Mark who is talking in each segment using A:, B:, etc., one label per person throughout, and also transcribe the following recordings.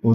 A: 我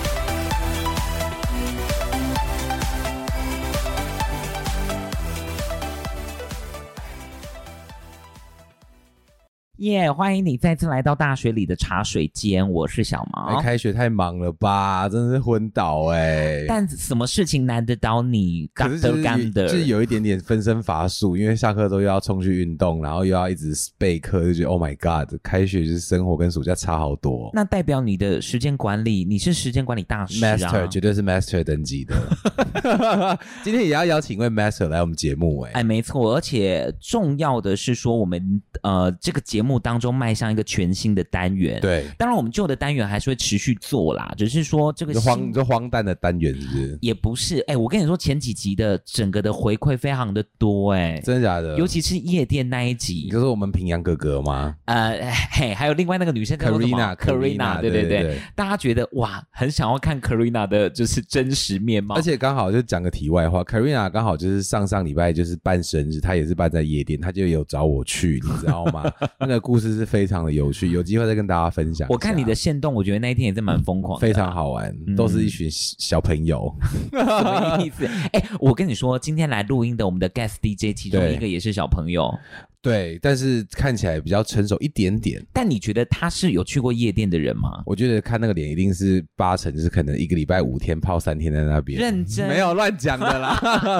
B: 耶欢迎你再次来到大学里的茶水间，我是小毛
C: 哎，。开学太忙了吧，真的是昏倒哎、
B: 但什么事情难得倒你？
C: 可
B: 干
C: 是就
B: 的
C: 是
B: 干的，
C: 就是有一点点分身乏术，因为下课都要冲去运动，然后又要一直备课，就觉得 Oh my God，开学就是生活跟暑假差好多。
B: 那代表你的时间管理，你是时间管理大师啊
C: Master 绝对是 Master 等级 的，今天也要邀请一位 Master 来我们节目哎、
B: 哎，没错，而且重要的是说，我们呃这个节目当中迈向一个全新的单元。，
C: 对，
B: 当然我们旧的单元还是会持续做啦，只是说这个
C: 这荒
B: 新
C: 这荒诞的单元是不是？
B: 也不是。哎，我跟你说，前几集的整个的回馈非常的多，哎，
C: 真的假的？
B: 尤其是夜店那一集，
C: 你就是我们平阳哥哥吗
B: 呃，嘿，还有另外那个女生叫做什么
C: Karina，
B: Karina，
C: Karina，
B: 对
C: 对
B: 对
C: 对对
B: 大家觉得哇，很想要看 Karina 的就是真实面貌，
C: 而且刚好就讲个题外话，Karina 刚好就是上上礼拜就是办生日，她也是办在夜店，她就有找我去，你知道 吗？那个故事是非常的有趣，有机会再跟大家分享一下。
B: 我看你的线动，我觉得那一天也是蛮疯狂的啊，
C: 非常好玩，
B: 嗯
C: 都是一群小朋友。
B: 什么意思？哎、我跟你说，今天来录音的我们的 guest DJ 其中
C: 对
B: 一个也是小朋友，
C: 对，但是看起来比较成熟一点点。
B: 但你觉得他是有去过夜店的人吗？
C: 我觉得看那个脸，一定是八成就是可能一个礼拜五天泡三天在那边，
B: 认真
C: 没有乱讲的啦。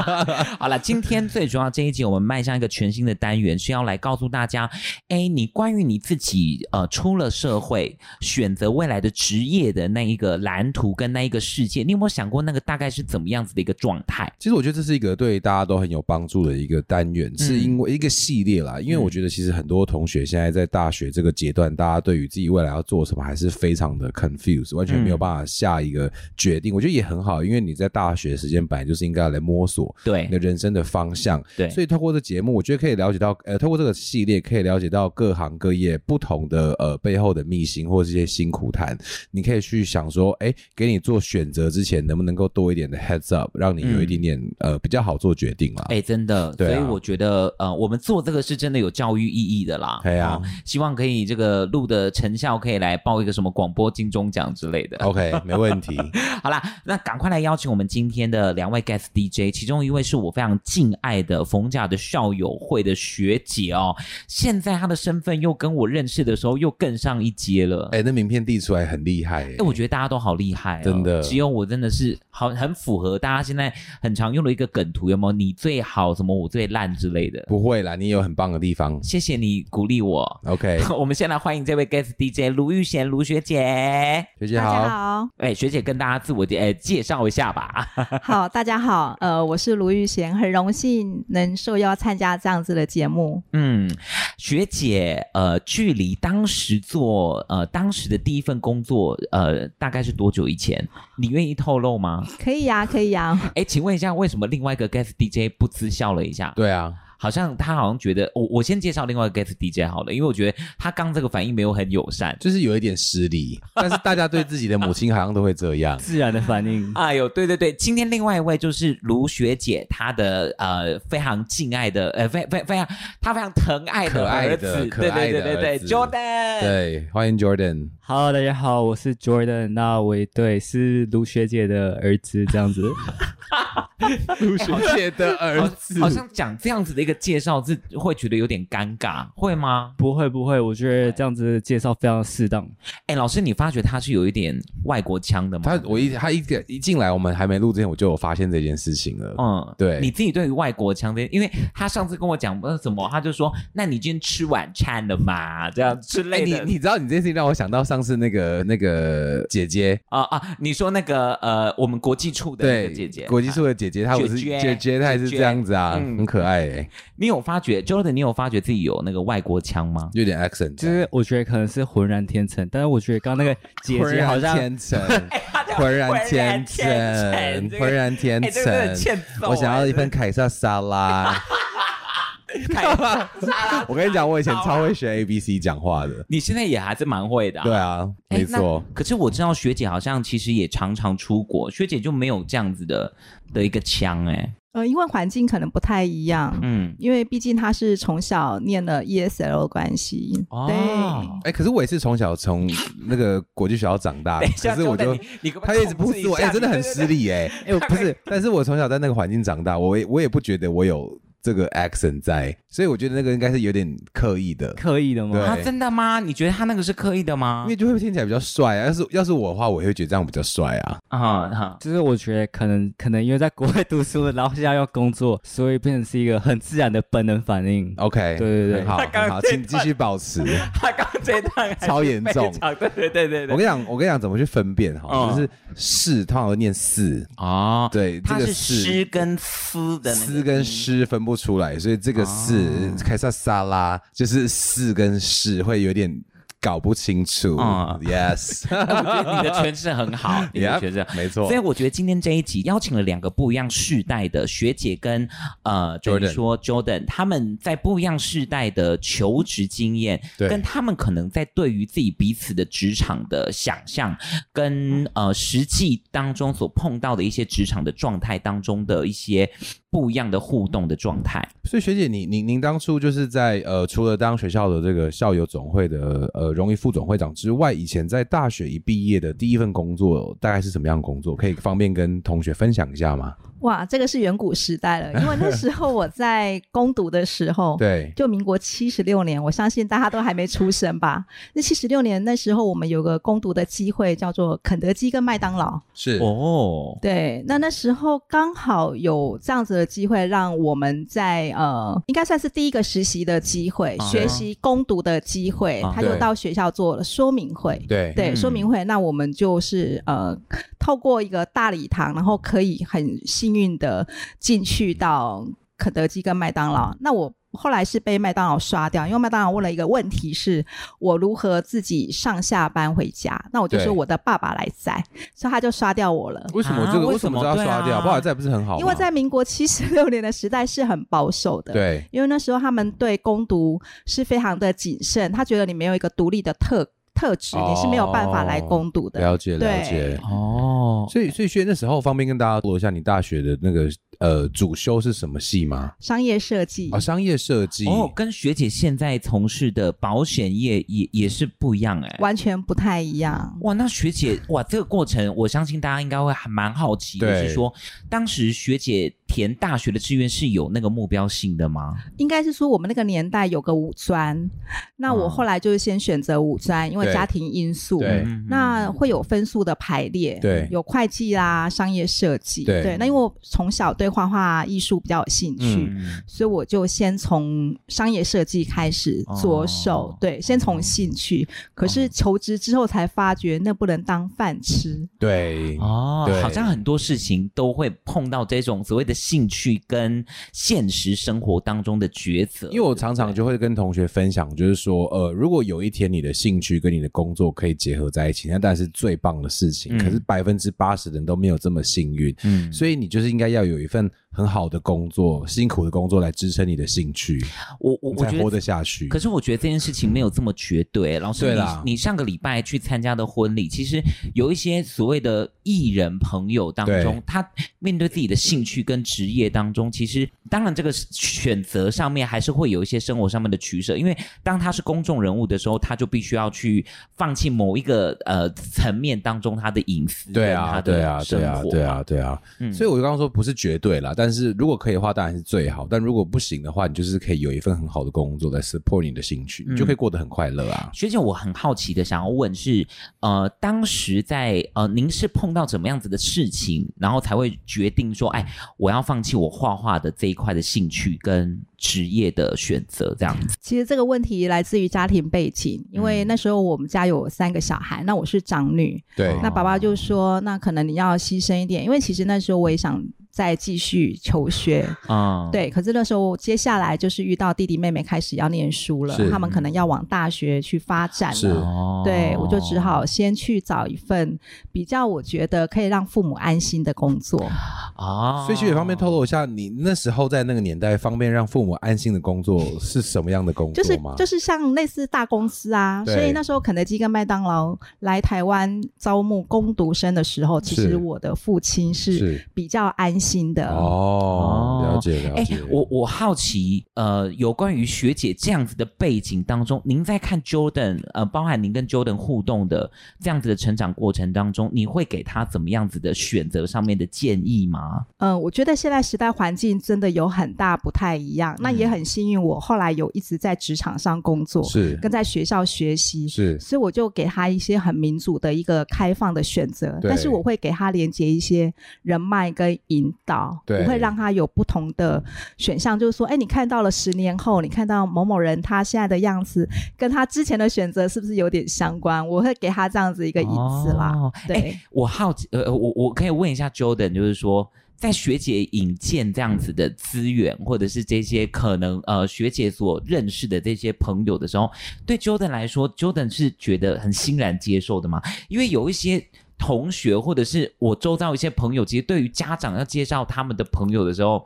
B: 好了，今天最主要这一集，我们迈向一个全新的单元，是要来告诉大家，哎，你关于你自己呃出了社会，选择未来的职业的那一个蓝图跟那一个世界，你有没有想过那个大概是怎么样子的一个状态？
C: 其实我觉得这是一个对大家都很有帮助的一个单元，是因为一个系列啦。因为我觉得其实很多同学现在在大学这个阶段，大家对于自己未来要做什么还是非常的 confused，完全没有办法下一个决定。我觉得也很好，因为你在大学时间本来就是应该来摸索
B: 对
C: 你的人生的方向。
B: 对
C: 所以透过这节目，我觉得可以了解到，呃，透过这个系列可以了解到各行各业不同的呃背后的秘辛或这些辛苦谈。你可以去想说，哎，给你做选择之前，能不能够多一点的 heads up，让你有一点点、呃比较好做决定啦。
B: 哎，真的，
C: 对啊
B: 所以我觉得，呃，我们做这个是真的有教育意义的啦。
C: 对啊
B: 哦希望可以这个录的成效可以来报一个什么广播金钟奖之类的。
C: OK，没问 题。
B: 好啦，那赶快来邀请我们今天的两位 guest DJ，其中一位是我非常敬爱的冯甲的校友会的学姐哦，现在她的身份又跟我认识的时候又更上一阶了。哎、
C: 哎，那名片递出来很厉害、哎
B: 我觉得大家都好厉害、哦，
C: 真的
B: 只有我真的是好很符合大家现在很常用的一个梗图，有没有？你最好，什么我最烂之类的。
C: 不会啦，你有很棒的地方。
B: 谢谢你鼓励我。
C: OK，
B: 我们先来欢迎这位 guest DJ 卢玉贤卢学姐，
C: 学姐
D: 大家
C: 好。
D: 好，
B: 哎、学姐跟大家自我介、哎介绍一下吧。
D: 好，大家好，呃，我是卢玉贤，很荣幸能受邀参加这样子的节目。
B: 嗯，学姐，呃，距离当时做呃当时的第一份工作，呃，大概是多久以前？你愿意透露吗？
D: 可以呀、可以呀、
B: 哎，请问一下，为什么另外一个 guest DJ 不知笑了一下？，
C: 对啊，
B: 好像他好像觉得我我先介绍另外一个 guest DJ 好了，因为我觉得他刚这个反应没有很友善。。
C: 就是有一点失 礼，但是大家对自己的母亲好像都会这样。
E: 自然的反应
B: 哎呦，对对对，今天另外一位就是卢学姐，她的呃非常敬爱的，呃非非非常她非常疼爱
C: 可
B: 的
C: 爱的
B: 儿子，
C: 可爱的
B: 对对对
C: 儿
B: 对对
C: 子
B: ，Jordan，
C: 对，欢迎 Jordan。
E: Hello，大家好，我是 Jordan。那我也对是卢学姐的儿子，这样子。
C: 陆学姐的儿
B: 好像讲这样子的一个介绍是会觉得有点尴尬，会吗？
E: 不会不会，我觉得这样子的介绍非常适当。
B: 哎，老师，你发觉他是有一点外国腔的吗？
C: 他我一他一个一进来，我们还没录之前，我就有发现这件事情了。
B: 嗯，
C: 对
B: 你自己对于外国腔的，因为他上次跟我讲呃什么，他就说，那你今天吃晚餐了吗？这样之
C: 哎、
B: 类
C: 你
B: 的。
C: 你知道你这件事情让我想到上次那个那个姐姐，
B: 啊啊！你说那个呃，我们国际处的那
C: 对
B: 个姐姐，
C: 国际处的姐姐，她我是
B: 姐姐
C: 姐姐，她也是
B: 姐姐
C: 这样子啊，
B: 嗯
C: 很可爱、欸，
B: 你有发觉 Jordan，你有发觉自己有那个外国腔吗？
C: 有点 accent，
E: 就是我觉得可能是浑然天成，但是我觉得刚刚那个姐姐好像
C: 浑然天
B: 哎
C: 成，浑然天成，浑然天
B: 哎这个真的
C: 成
B: 欠揍。
C: 我想要一
B: 哎
C: 份凯撒沙拉。
B: 太大了
C: 我跟你讲，我以前超会学 A B C 讲话 的。
B: 你现在也还是蛮会的、
C: 对。啊，
B: 哎
C: 没错。。
B: 那可是我知道学姐好像其实也常常出国，学姐就没有这样子的的一个腔哎、
D: 呃，因为环境可能不太一样，
B: 嗯，
D: 因为毕竟他是从小念了 ESL 的关系，
B: 哦
D: 对，
C: 哎，可是我也是从小从那个国际学校长大，
B: 等一下，
C: 可是我就
B: 等你，你可不
C: 他
B: 可以
C: 一直不
B: 控制
C: 是我，
B: 下
C: 哎，真的很失。礼哎。 哎，不是，但是我从小在那个环境长大，我也我也不觉得我有这个 accent 在，所以我觉得那个应该是有点刻意的。
E: 刻意的
B: 对对对
E: 吗？
B: 啊，
C: 对
B: 真的吗？你觉得他那个是刻意的吗
C: 因为？就会听起来比较帅啊。要是要是我的话，我也会觉得这样比较帅啊。
B: 啊哈，
E: 就是我觉得可能可能因为在国外读书，然后现在要工作，所以变成是一个很自然的本能反应。
C: OK，
E: 对对对
C: 很好，
B: 他刚
C: 很好，请继续保持。
B: 他刚这一段还是
C: 超严重
B: 非常 对对对
C: 我
B: 对
C: 跟
B: 对。
C: 你讲，我跟你讲怎么去分辨哈，
B: 嗯
C: 就是是通常会念四，
B: 哦，
C: 对，这
B: 他
C: 个
B: 是诗
C: 是
B: 跟思的那个嗯啊
C: 丝跟诗分不出来，所以这个是凯撒沙拉，就是四跟是会有点搞不清楚。
B: 嗯
C: Yes，
B: 音。我觉得你的诠释很 好，你的
C: Yep，
B: 诠释很好
C: 没错
B: 所以。我觉得今天这一集邀请了两个不一样世代的学姐跟呃，等于
C: Jordan
B: 说 Jordan，他们在不一样世代的求职经验，
C: 对
B: 跟他们可能在对于自己彼此的职场的想象，跟
C: 嗯
B: 呃实际当中所碰到的一些职场的状态当中的一些不一样的互动的状态。
C: 所以学姐，你您您当初就是在呃，除了当学校的这个校友总会的呃荣誉副总会长之外，以前在大学一毕业的第一份工作大概是什么样的工作？可以方便跟同学分享一下吗？，
D: 哇，这个是远古时代了，因为那时候我在攻读的时候
C: 对，
B: 哦
D: 就民国七十六年，我相信大家都还没出生吧？那七十六年那时候，我们有个攻读的机会，叫做肯德基跟麦当劳。
C: 是
B: 哦，
D: 对，那那时候刚好有这样子的机会，让我们在呃，应该算是第一个实习的机会，
B: 啊
D: 学习攻读的机会，
B: 啊
D: 他就
C: 对
D: 到学校做了说明会。
C: 对
D: 对，
B: 嗯
D: 说明会，那我们就是呃，透过一个大礼堂，然后可以很幸运的进去到肯德基跟麦当劳。那我后来是被麦当劳刷掉，因为麦当劳问了一个问题是，我如何自己上下班回家？那我就
C: 对
D: 说我的爸爸来载，所以他就刷掉我了。
C: 为什么这
B: 啊
C: 个、
B: 为
C: 为什
B: 什么
C: 么这要
B: 对
C: 刷
B: 啊
C: 掉？不好在不是很好吗？
D: 因为在民国七十六年的时代是很保守的。。
C: 对
D: 因为那时候他们对攻读是非常的谨慎，他觉得你没有一个独立的特特质，
C: 哦
D: 你是没有办法来攻读的。
C: 了解了
D: 对
C: 解。
B: 哦，
C: 所以所以学那时候方便跟大家说一下你大学的那个呃主修是什么系吗？
D: 商业设计
C: 啊、商业设计。
B: 嗯哦，跟学姐现在从事的保险业也也是不一样哎、
D: 完全不太一样。
B: 哇，那学姐哇，这个过程我相信大家应该会还蛮好奇，就
C: 对
B: 是说当时学姐填大学的志愿是有那个目标性的吗？
D: 应该是说我们那个年代有个五专，那我
B: 哦
D: 后来就是先选择五专，因为
C: 对
D: 家庭因素。
C: 对
B: 嗯
D: 那会有分数的排列，
C: 对
D: 有会计啦、商业设计，
C: 对
D: 那因为我从小对画画艺术比较有兴趣，
B: 嗯
D: 所以我就先从商业设计开始着手，
B: 哦
D: 对，先从兴趣。可是求职之后才发觉，那不能当饭吃。
C: 对
B: 哦
C: 对，
B: 好像很多事情都会碰到这种所谓的兴趣跟现实生活当中的抉择，
C: 因为我常常就会跟同学分享，就是说，呃，如果有一天你的兴趣跟你的工作可以结合在一起，那当然是最棒的事情。
B: 嗯
C: 可是百分之八十人都没有这么幸运，
B: 嗯
C: 所以你就是应该要有一份很好的工作，辛苦的工作来支撑你的兴趣，
B: 我我
C: 你
B: 我
C: 才
B: 觉
C: 活
B: 得
C: 得下去。
B: 可是我觉得这件事情没有这么绝对。老师，
C: 对啦
B: 你你上个礼拜去参加的婚礼，其实有一些所谓的艺人朋友当中
C: 对，
B: 他面对自己的兴趣跟职业当中，其实当然这个选择上面还是会有一些生活上面的取舍，因为当他是公众人物的时候，他就必须要去放弃某一个呃层面当中他的隐私，
C: 对啊，
B: 他的
C: 对啊，
B: 生
C: 对啊，
B: 活
C: 对啊，对啊。
B: 嗯
C: 所以我就刚刚说不是绝对啦，但是如果可以的话，当然是最好。但如果不行的话，你就是可以有一份很好的工作来 support 你的兴趣，
B: 嗯
C: 你就可以过得很快乐啊。
B: 学姐，我很好奇的想要问是，呃，当时在呃，您是碰到怎么样子的事情，然后才会决定说，哎，我要放弃我画画的这一块的兴趣跟职业的选择，这样子。
D: 其实这个问题来自于家庭背景，因
B: 嗯
D: 为那时候我们家有三个小孩，那我是长女，
C: 对
B: 哦
D: 那爸爸就说，那可能你要牺牲一点，因为其实那时候我也想再继续求学。
B: 啊，
D: 对，可是那时候接下来就是遇到弟弟妹妹开始要念书了
C: 是，
D: 他们
B: 嗯
D: 可能要往大学去发展
C: 是
D: 了。
B: 哦，
D: 对，我就只好先去找一份比较我觉得可以让父母安心的工作。
B: 啊，
C: 所以学姐方便透露一下，你那时候在那个年代方便让父母安心的工作是什么样的工
D: 就是
C: 作吗？
D: 就是是像类似大公司啊，
C: 对
D: 所以那时候肯德基跟麦当劳来台湾招募工读生的时候，其
C: 是
D: 实我的父亲是
C: 是
D: 比较安心的。
C: 哦，
B: 哦
C: 了解了
B: 哎
C: 解。，
B: 我我好奇，呃，有关于学姐这样子的背景当中，您在看 Jordan，呃，包含您跟 Jordan 互动的这样子的成长过程当中，你会给他怎么样子的选择上面的建议吗？
D: 嗯，我觉得现在时代环境真的有很大不太一样。那也很幸运，我后来有一直在职场上工作，
C: 嗯是
D: 跟在学校学习，
C: 是
D: 所以我就给他一些很民主的一个开放的选择，
C: 对
D: 但是我会给他连接一些人脉跟引导，
C: 对
D: 我会让他有不同的选项，就是说，哎，你看到了十年后，你看到某某人他现在的样子，跟他之前的选择是不是有点相关？我会给他这样子一个引子啦。
B: 哦
D: 对、
B: 哎我好奇，呃，我我可以问一下 Jordan，就是说，在学姐引荐这样子的资源，或者是这些可能呃学姐所认识的这些朋友的时候，对 Jordan 来说，Jordan 是觉得很欣然接受的吗？因为有一些。同学或者是我周遭一些朋友，其实对于家长要介绍他们的朋友的时候，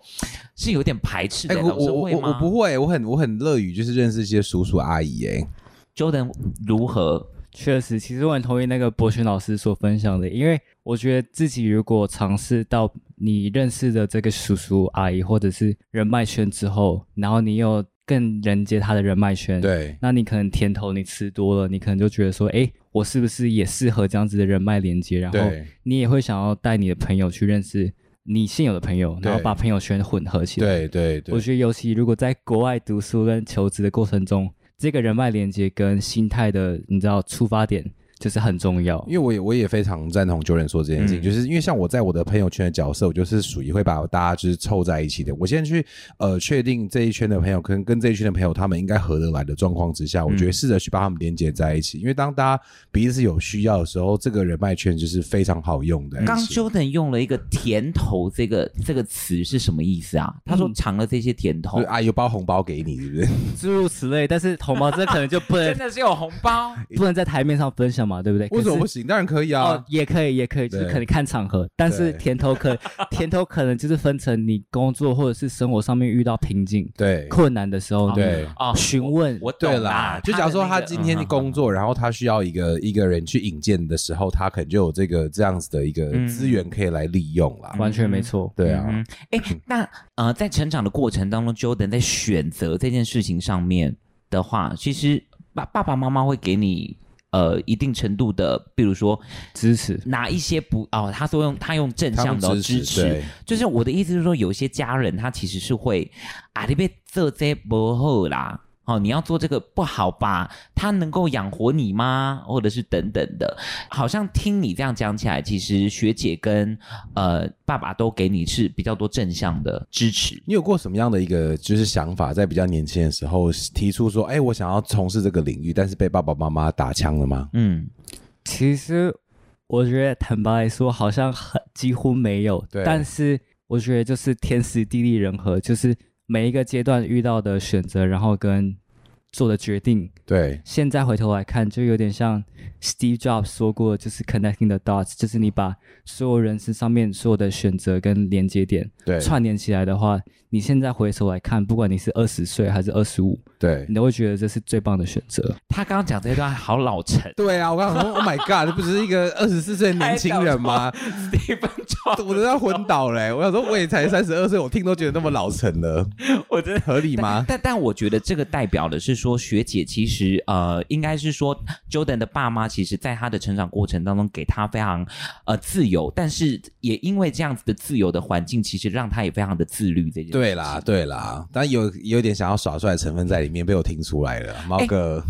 B: 是有点排斥的。
C: 哎，我
B: 老师
C: 我我
B: 会
C: 我
B: 吗
C: 我不会，我很我很乐于就是认识一些叔叔阿姨哎。
B: ，Jordan 如何？
E: 确实，其实我很同意那个博勋老师所分享的，因为我觉得自己如果尝试到你认识的这个叔叔阿姨或者是人脉圈之后，然后你有更连接他的人脉圈，，
C: 对，
E: 那你可能甜头你吃多了，你可能就觉得说，哎，我是不是也适合这样子的人脉连接？然后
C: 对
E: 你也会想要带你的朋友去认识你现有的朋友，
C: 对
E: 然后把朋友圈混合起来。
C: 对对
E: 我
C: 对，
E: 觉得尤其如果在国外读书跟求职的过程中，这个人脉连接跟心态的，你知道出发点就是很重要。
C: 因为我也我也非常赞同 Jordan 说这件事情，
B: 嗯
C: 就是因为像我在我的朋友圈的角色，我就是属于会把大家就是凑在一起的。我先去呃确定这一圈的朋友跟跟这一圈的朋友他们应该合得来的状况之下，我觉得试着去把他们连接在一起，因为当大家彼此有需要的时候，这个人脉圈就是非常好用的。
B: 嗯刚
C: 哎是
B: Jordan 用了一个“甜头”这个这个词是什么意思啊？他
C: 嗯
B: 说尝了这些甜头，
C: 就是阿啊姨有包红包给你，是不是？
E: 诸如此类，但是同胞这可能就不 能
B: 真的是有红包。
E: 不能在台面上分享嘛，对不对？
C: 为什么不
E: 可是
C: 行？当然可以啊
E: 哦，。也可以，也可以，就是
C: 对
E: 可能看场合，但是
C: 对
E: 甜头可 甜头可能就是分成你工作或者是生活上面遇到瓶颈、
C: 对
E: 困难的时候，
C: 对
B: 哦
E: 询问
B: 我懂
C: 对啦，就假如说他今天工
B: 作，
C: 作，然后他需要一个一个人去引荐的时候，他可能就有这个这样子的一个
B: 嗯
C: 资源可以来利用啦。
E: 完全没错。
C: 对
B: 嗯
C: 啊，
B: 哼，哎、那呃，在成长的过程当中，Jordan 在选择这件事情上面的话，其实爸爸爸妈妈会给你。呃，一定程度的，比如说
E: 支持
B: 哪一些不哦，他说用他用正
C: 他
B: 向
C: 们
B: 的哦
C: 支
B: 支
C: 持
B: 持，
C: 对
B: 就是我的意思是说，有一些家人他其实是会啊，你别做这不好啦，哦，你要做这个不好吧？他能够养活你吗？或者是等等的，好像听你这样讲起来，其实学姐跟呃爸爸都给你是比较多正向的支持。
C: 你有过什么样的一个就是想法，在比较年轻的时候提出说，哎，我想要从事这个领域，但是被爸爸妈妈打枪了吗？
B: 嗯，
E: 其实我觉得坦白来说，好像很几乎没有。
C: 对
E: 但是我觉得就是天时地利人和，就是每一个阶段遇到的选择，然后跟做的决定，
C: 对，
E: 现在回头来看，就有点像 Steve Jobs 说过的，就是 connecting the dots，就是你把所有人身上面所有的选择跟连接点
C: 对，
E: 串联起来的话，你现在回头来看，不管你是二十岁还是二十五，
C: 对
E: 你，都会觉得这是最棒的选择。
B: 他刚刚讲这段好老成
C: 对啊！我刚想 说，Oh my God，这不是一个二十四岁的年轻人吗？
B: ，Stephen
C: 我都要昏倒嘞、我想说，我也才三十二岁，我听都觉得那么老成 了，
B: 我真的
C: 合理吗？
B: 但但我觉得这个代表的是说，学姐其实呃，应该是说 Jordan 的爸妈其实在他的成长过程当中给他非常呃自由，但是也因为这样子的自由的环境，其实让他也非常的自律。这件事
C: 对啦，对啦，但有有点想要耍帅的成分在里面，被我听出来了，猫
B: 哎
C: 哥。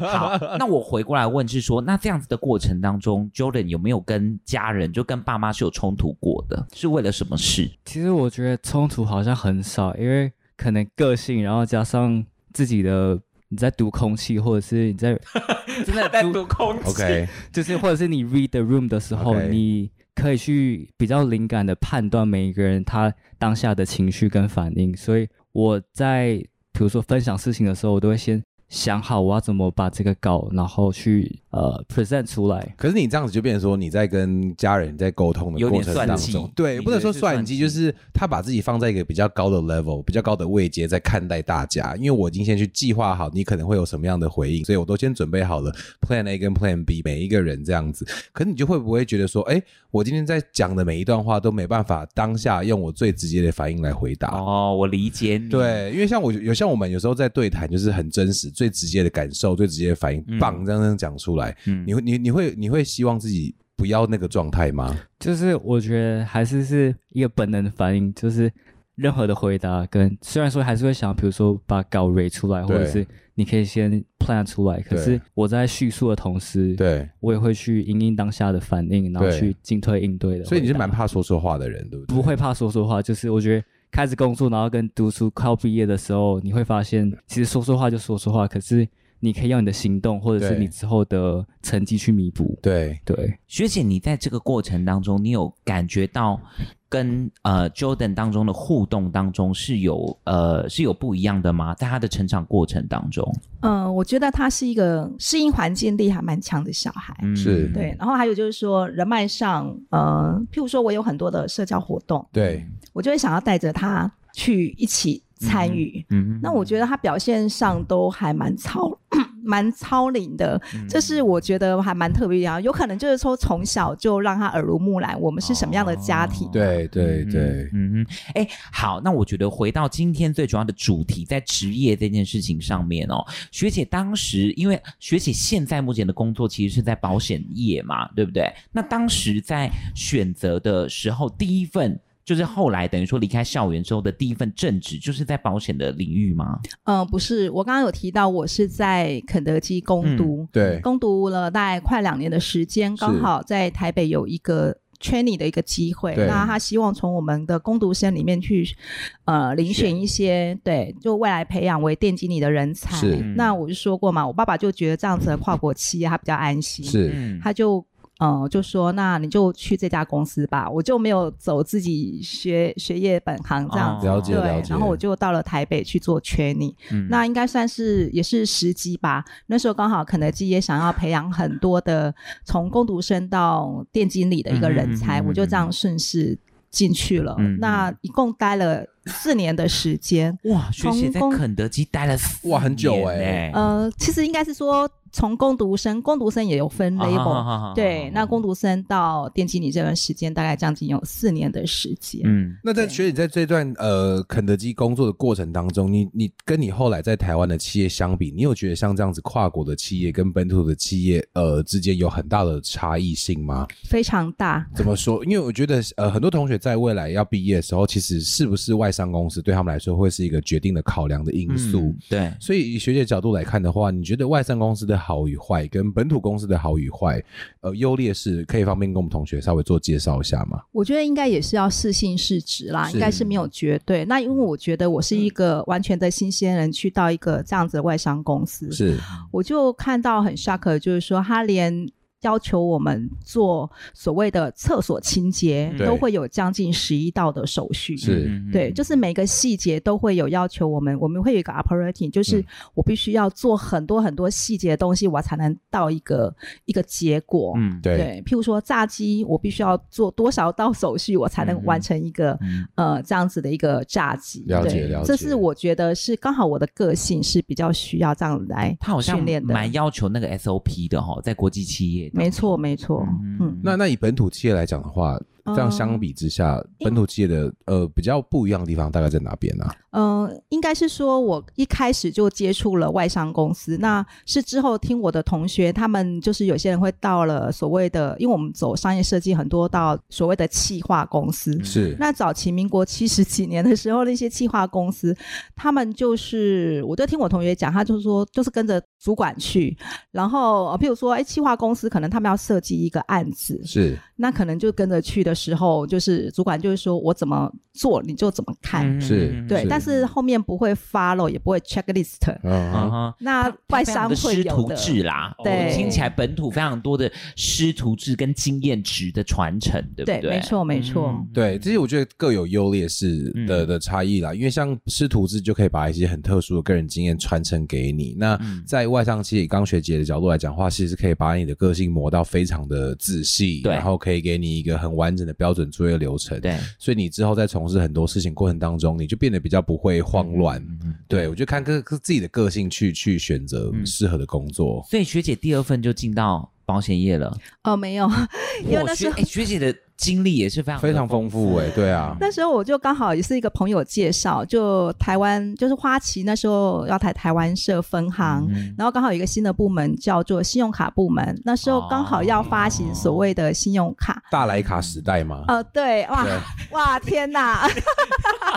B: 好，那我回过来问是说，那这样子的过程当中，Jordan 有没有跟家人就跟爸妈是有冲突过的？是为了什么事？
E: 其实我觉得冲突好像很少，因为可能个性，然后加上自己的你在读空气，或者是你在 真的读，
B: 空
C: OK，
E: 就是或者是你 read the room 的时候
C: OK
E: 你可以去比较灵感的判断每一个人他当下的情绪跟反应。所以我在比如说分享事情的时候，我都会先想好我要怎么把这个稿，然后去呃 present 出来。
C: 可是你这样子就变成说你在跟家人在沟通的
B: 有
C: 过
B: 点
C: 程当
B: 算
C: 中
B: 计，
C: 对，
B: 你
C: 不能
B: 觉得
C: 说
B: 是
C: 算
B: 算
C: 计，
B: 计
C: 就是他把自己放在一个比较高的 level、比较高的位阶在看待大家。因为我已经先去计划好你可能会有什么样的回应，所以我都先准备好了 plan A 跟 plan B，每一个人这样子。可是你就会不会觉得说，哎、我今天在讲的每一段话都没办法当下用我最直接的反应来回答。
B: 哦，嗯我理解你。，
C: 对，因为像我有像我们有时候在对谈，就是很真实、最直接的感受、最直接的反应，
B: 嗯
C: 棒这样这样讲出来。
B: 嗯
C: 你会你你会你会希望自己不要那个状态吗？
E: 就是我觉得还是是一个本能的反应，就是任何的回答跟虽然说还是会想，比如说把稿 r 出来，或者
C: 对
E: 是你可以先 plan 出来，可
C: 对
E: 是我在叙述的同时，
C: 对，
E: 我也会去因应当下的反应，然后
C: 对
E: 去进退应对的回答。
C: 所以你是蛮怕说错话的人，对不对？
E: 不会怕说错话，就是我觉得开始工作，然后跟读书快要毕业的时候，你会发现其实说错话就说错话，可是你可以用你的行动或者是
C: 对
E: 你之后的成绩去弥补。
C: 对，
E: 对，
B: 学姐，你在这个过程当中，你有感觉到跟呃 Jordan 当中的互动当中是有呃是有不一样的吗？在他的成长过程当中，
D: 嗯，我觉得他是一个适应环境力还蛮强的小孩。
B: 嗯
C: 是
D: 对，然后还有就是说人脉上，呃，譬如说我有很多的社交活动，
C: 对，
D: 我就会想要带着他去一起参与。
B: 嗯
D: 那我觉得他表现上都还蛮超 蛮超龄的，
B: 嗯
D: 这是我觉得还蛮特别的地方。有可能就是说从小就让他耳濡目染，我们是什么样的家庭。
B: 哦
C: 对，对，
B: 嗯
C: 对，
B: 嗯哼，哎、好，那我觉得回到今天最主要的主题，在职业这件事情上面哦，学姐当时因为学姐现在目前的工作其实是在保险业嘛，对不对？那当时在选择的时候，第一份。就是后来等于说离开校园之后的第一份正职，就是在保险的领域吗？
D: 嗯、不是，我刚刚有提到我是在肯德基
B: 嗯
D: 攻读，
C: 对，
D: 攻读了大概快两年的时间，刚好在台北有一个 training 的一个机会，
C: 对
D: 那他希望从我们的攻读生里面去，呃，遴选一些对，就未来培养为店经理的人才。
C: 是
D: 那我就说过嘛，我爸爸就觉得这样子的跨国企业他比较安心，
C: 是，
B: 嗯，
D: 他就。呃，就说那你就去这家公司吧，我就没有走自己学学业本行这样子，
C: 哦了解，
D: 对
C: 了，解。
D: 然后我就到了台北去做 training，那
B: 嗯
D: 应该算是也是时机吧。那时候刚好肯德基也想要培养很多的从工读生到店经理的一个人才，
B: 嗯嗯嗯嗯
D: 我就这样顺势进去了。
B: 嗯嗯
D: 那一共待了四年的时间。
B: 哇，学姐
D: 从
B: 在
D: 工
B: 肯德基待了四
C: 哇很久
B: 年
C: 欸
B: 欸
D: 呃，其实应该是说从工读生，工读生也有分
B: 啊哈
D: label，、
B: 哈哈哈
D: 对
B: 哈，
D: 那工读生到店经理这段时间大概将近有四年的时间。
B: 嗯，
C: 那在学姐在这段呃肯德基工作的过程当中，你你跟你后来在台湾的企业相比，你有觉得像这样子跨国的企业跟本土的企业呃之间有很大的差异性吗？
D: 非常大，
C: 怎么说？因为我觉得，呃，很多同学在未来要毕业的时候，其实是不是外商公司对他们来说会是一个决定的考量的因素。
B: 嗯对，
C: 所以以学姐角度来看的话，你觉得外商公司的好与坏，跟本土公司的好与坏，呃，优劣势，可以方便跟我们同学稍微做介绍一下吗？
D: 我觉得应该也是要适性适值啦，
C: 是嗯
D: 应该是没有绝对。那因为我觉得我是一个完全的新鲜人，去到一个这样子的外商公司，
C: 是
D: 我就看到很 shock，的就是说他连。要求我们做所谓的厕所清洁，
C: 对
D: 都会有将近十一道的手续。
C: 是
B: 嗯
D: 对，就是每个细节都会有要求，我们我们会有一个 operating，就是
C: 嗯
D: 我必须要做很多很多细节的东西，我才能到一个一个结果。
B: 嗯，
C: 对
D: 对，譬如说炸鸡，我必须要做多少道手续，我才能完成一个、呃这样子的一个炸鸡。
C: 了解
D: 对
C: 了解
D: 这是我觉得是刚好我的个性是比较需要这样来
B: 他好像
D: 训练的。
B: 蛮要求那个 SOP 的哈，在国际企业，
D: 没错，没错，嗯，
C: 那那以本土企业来讲的话，这样相比之下，本土企业的呃比较不一样的地方大概在哪边呢、啊？
D: 嗯、应该是说我一开始就接触了外商公司，那是之后听我的同学，他们就是有些人会到了所谓的，因为我们走商业设计很多到所谓的企划公司，
C: 是
D: 嗯那早期民国七十几年的时候，那些企划公司，他们就是，我就听我同学讲，他就说，就是跟着主管去，然后，呃譬如说，哎，企划公司可能他们要设计一个案子，
C: 是
D: 那可能就跟着去的时候，就是主管就会说我怎么做你就怎么看，
B: 嗯
C: 是
D: 对，但是后面不会 follow 也不会 checklist，、
B: 嗯
C: 啊，
B: 哼
D: 那外商会
B: 师
D: 有
B: 徒
D: 的。
B: 制啦，
D: 对
B: 哦听起来本土非常多的师徒制跟经验值的传承，对不
D: 对
B: 对？
D: 没错没错
B: 嗯
C: 对，这些我觉得各有优劣势的的差异啦。因为像师徒制就可以把一些很特殊的个人经验传承给你。那
B: 嗯
C: 在外商其实以刚学姐的角度来讲的话，其实可以把你的个性磨到非常的仔细，
B: 对
C: 然后可以给你一个很完整的标准作业流程。
B: 对，
C: 所以你之后在从事很多事情过程当中，你就变得比较不会慌
B: 嗯
C: 乱。对我就看各各自己的个性去去选择
B: 嗯
C: 适合的工作。
B: 所以学姐第二份就进到保险业了。
D: 哦，没有， 因为
B: 哇
D: 那时
B: 学
D: 候
B: 哎学姐的经历也是非常
C: 非常丰富哎、对啊，
D: 那时候我就刚好也是一个朋友介绍，就台湾就是花旗那时候要台台湾设分行，
C: 嗯
B: 嗯
D: 然后刚好有一个新的部门叫做信用卡部门，那时候刚好要发行所谓的信用卡。
C: 大莱
B: 嗯
C: 卡时代嘛，
D: 呃，对，哇
C: 对
D: 哇，天哪，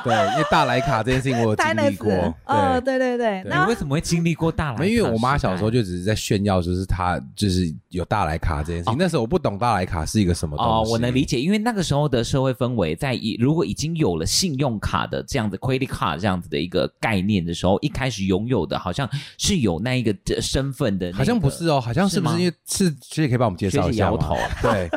C: 对，因为大莱卡这件事情我有
D: 呆
C: 经
D: 了
C: 历
D: 死
C: 过，对。，
D: 呃，对对对，
C: 对
B: 你
D: 那
B: 为什么会经历过大来？
C: 没有因为我妈小时候就只是在炫耀，就是她就是有大莱卡这件事情。那时候我不懂大莱卡是一个什么东西。
B: 哦，我能理解，因为那个时候的社会氛围，在已如果已经有了信用卡的这样子 credit card 这样子的一个概念的时候，一开始拥有的好像是有那一个呃身份的那个、
C: 好像不是哦，好像是不
B: 是
C: 是
B: 吗
C: 因为是学姐可以帮我们介绍一下
B: 学姐摇
C: 吗
B: 头
C: 对，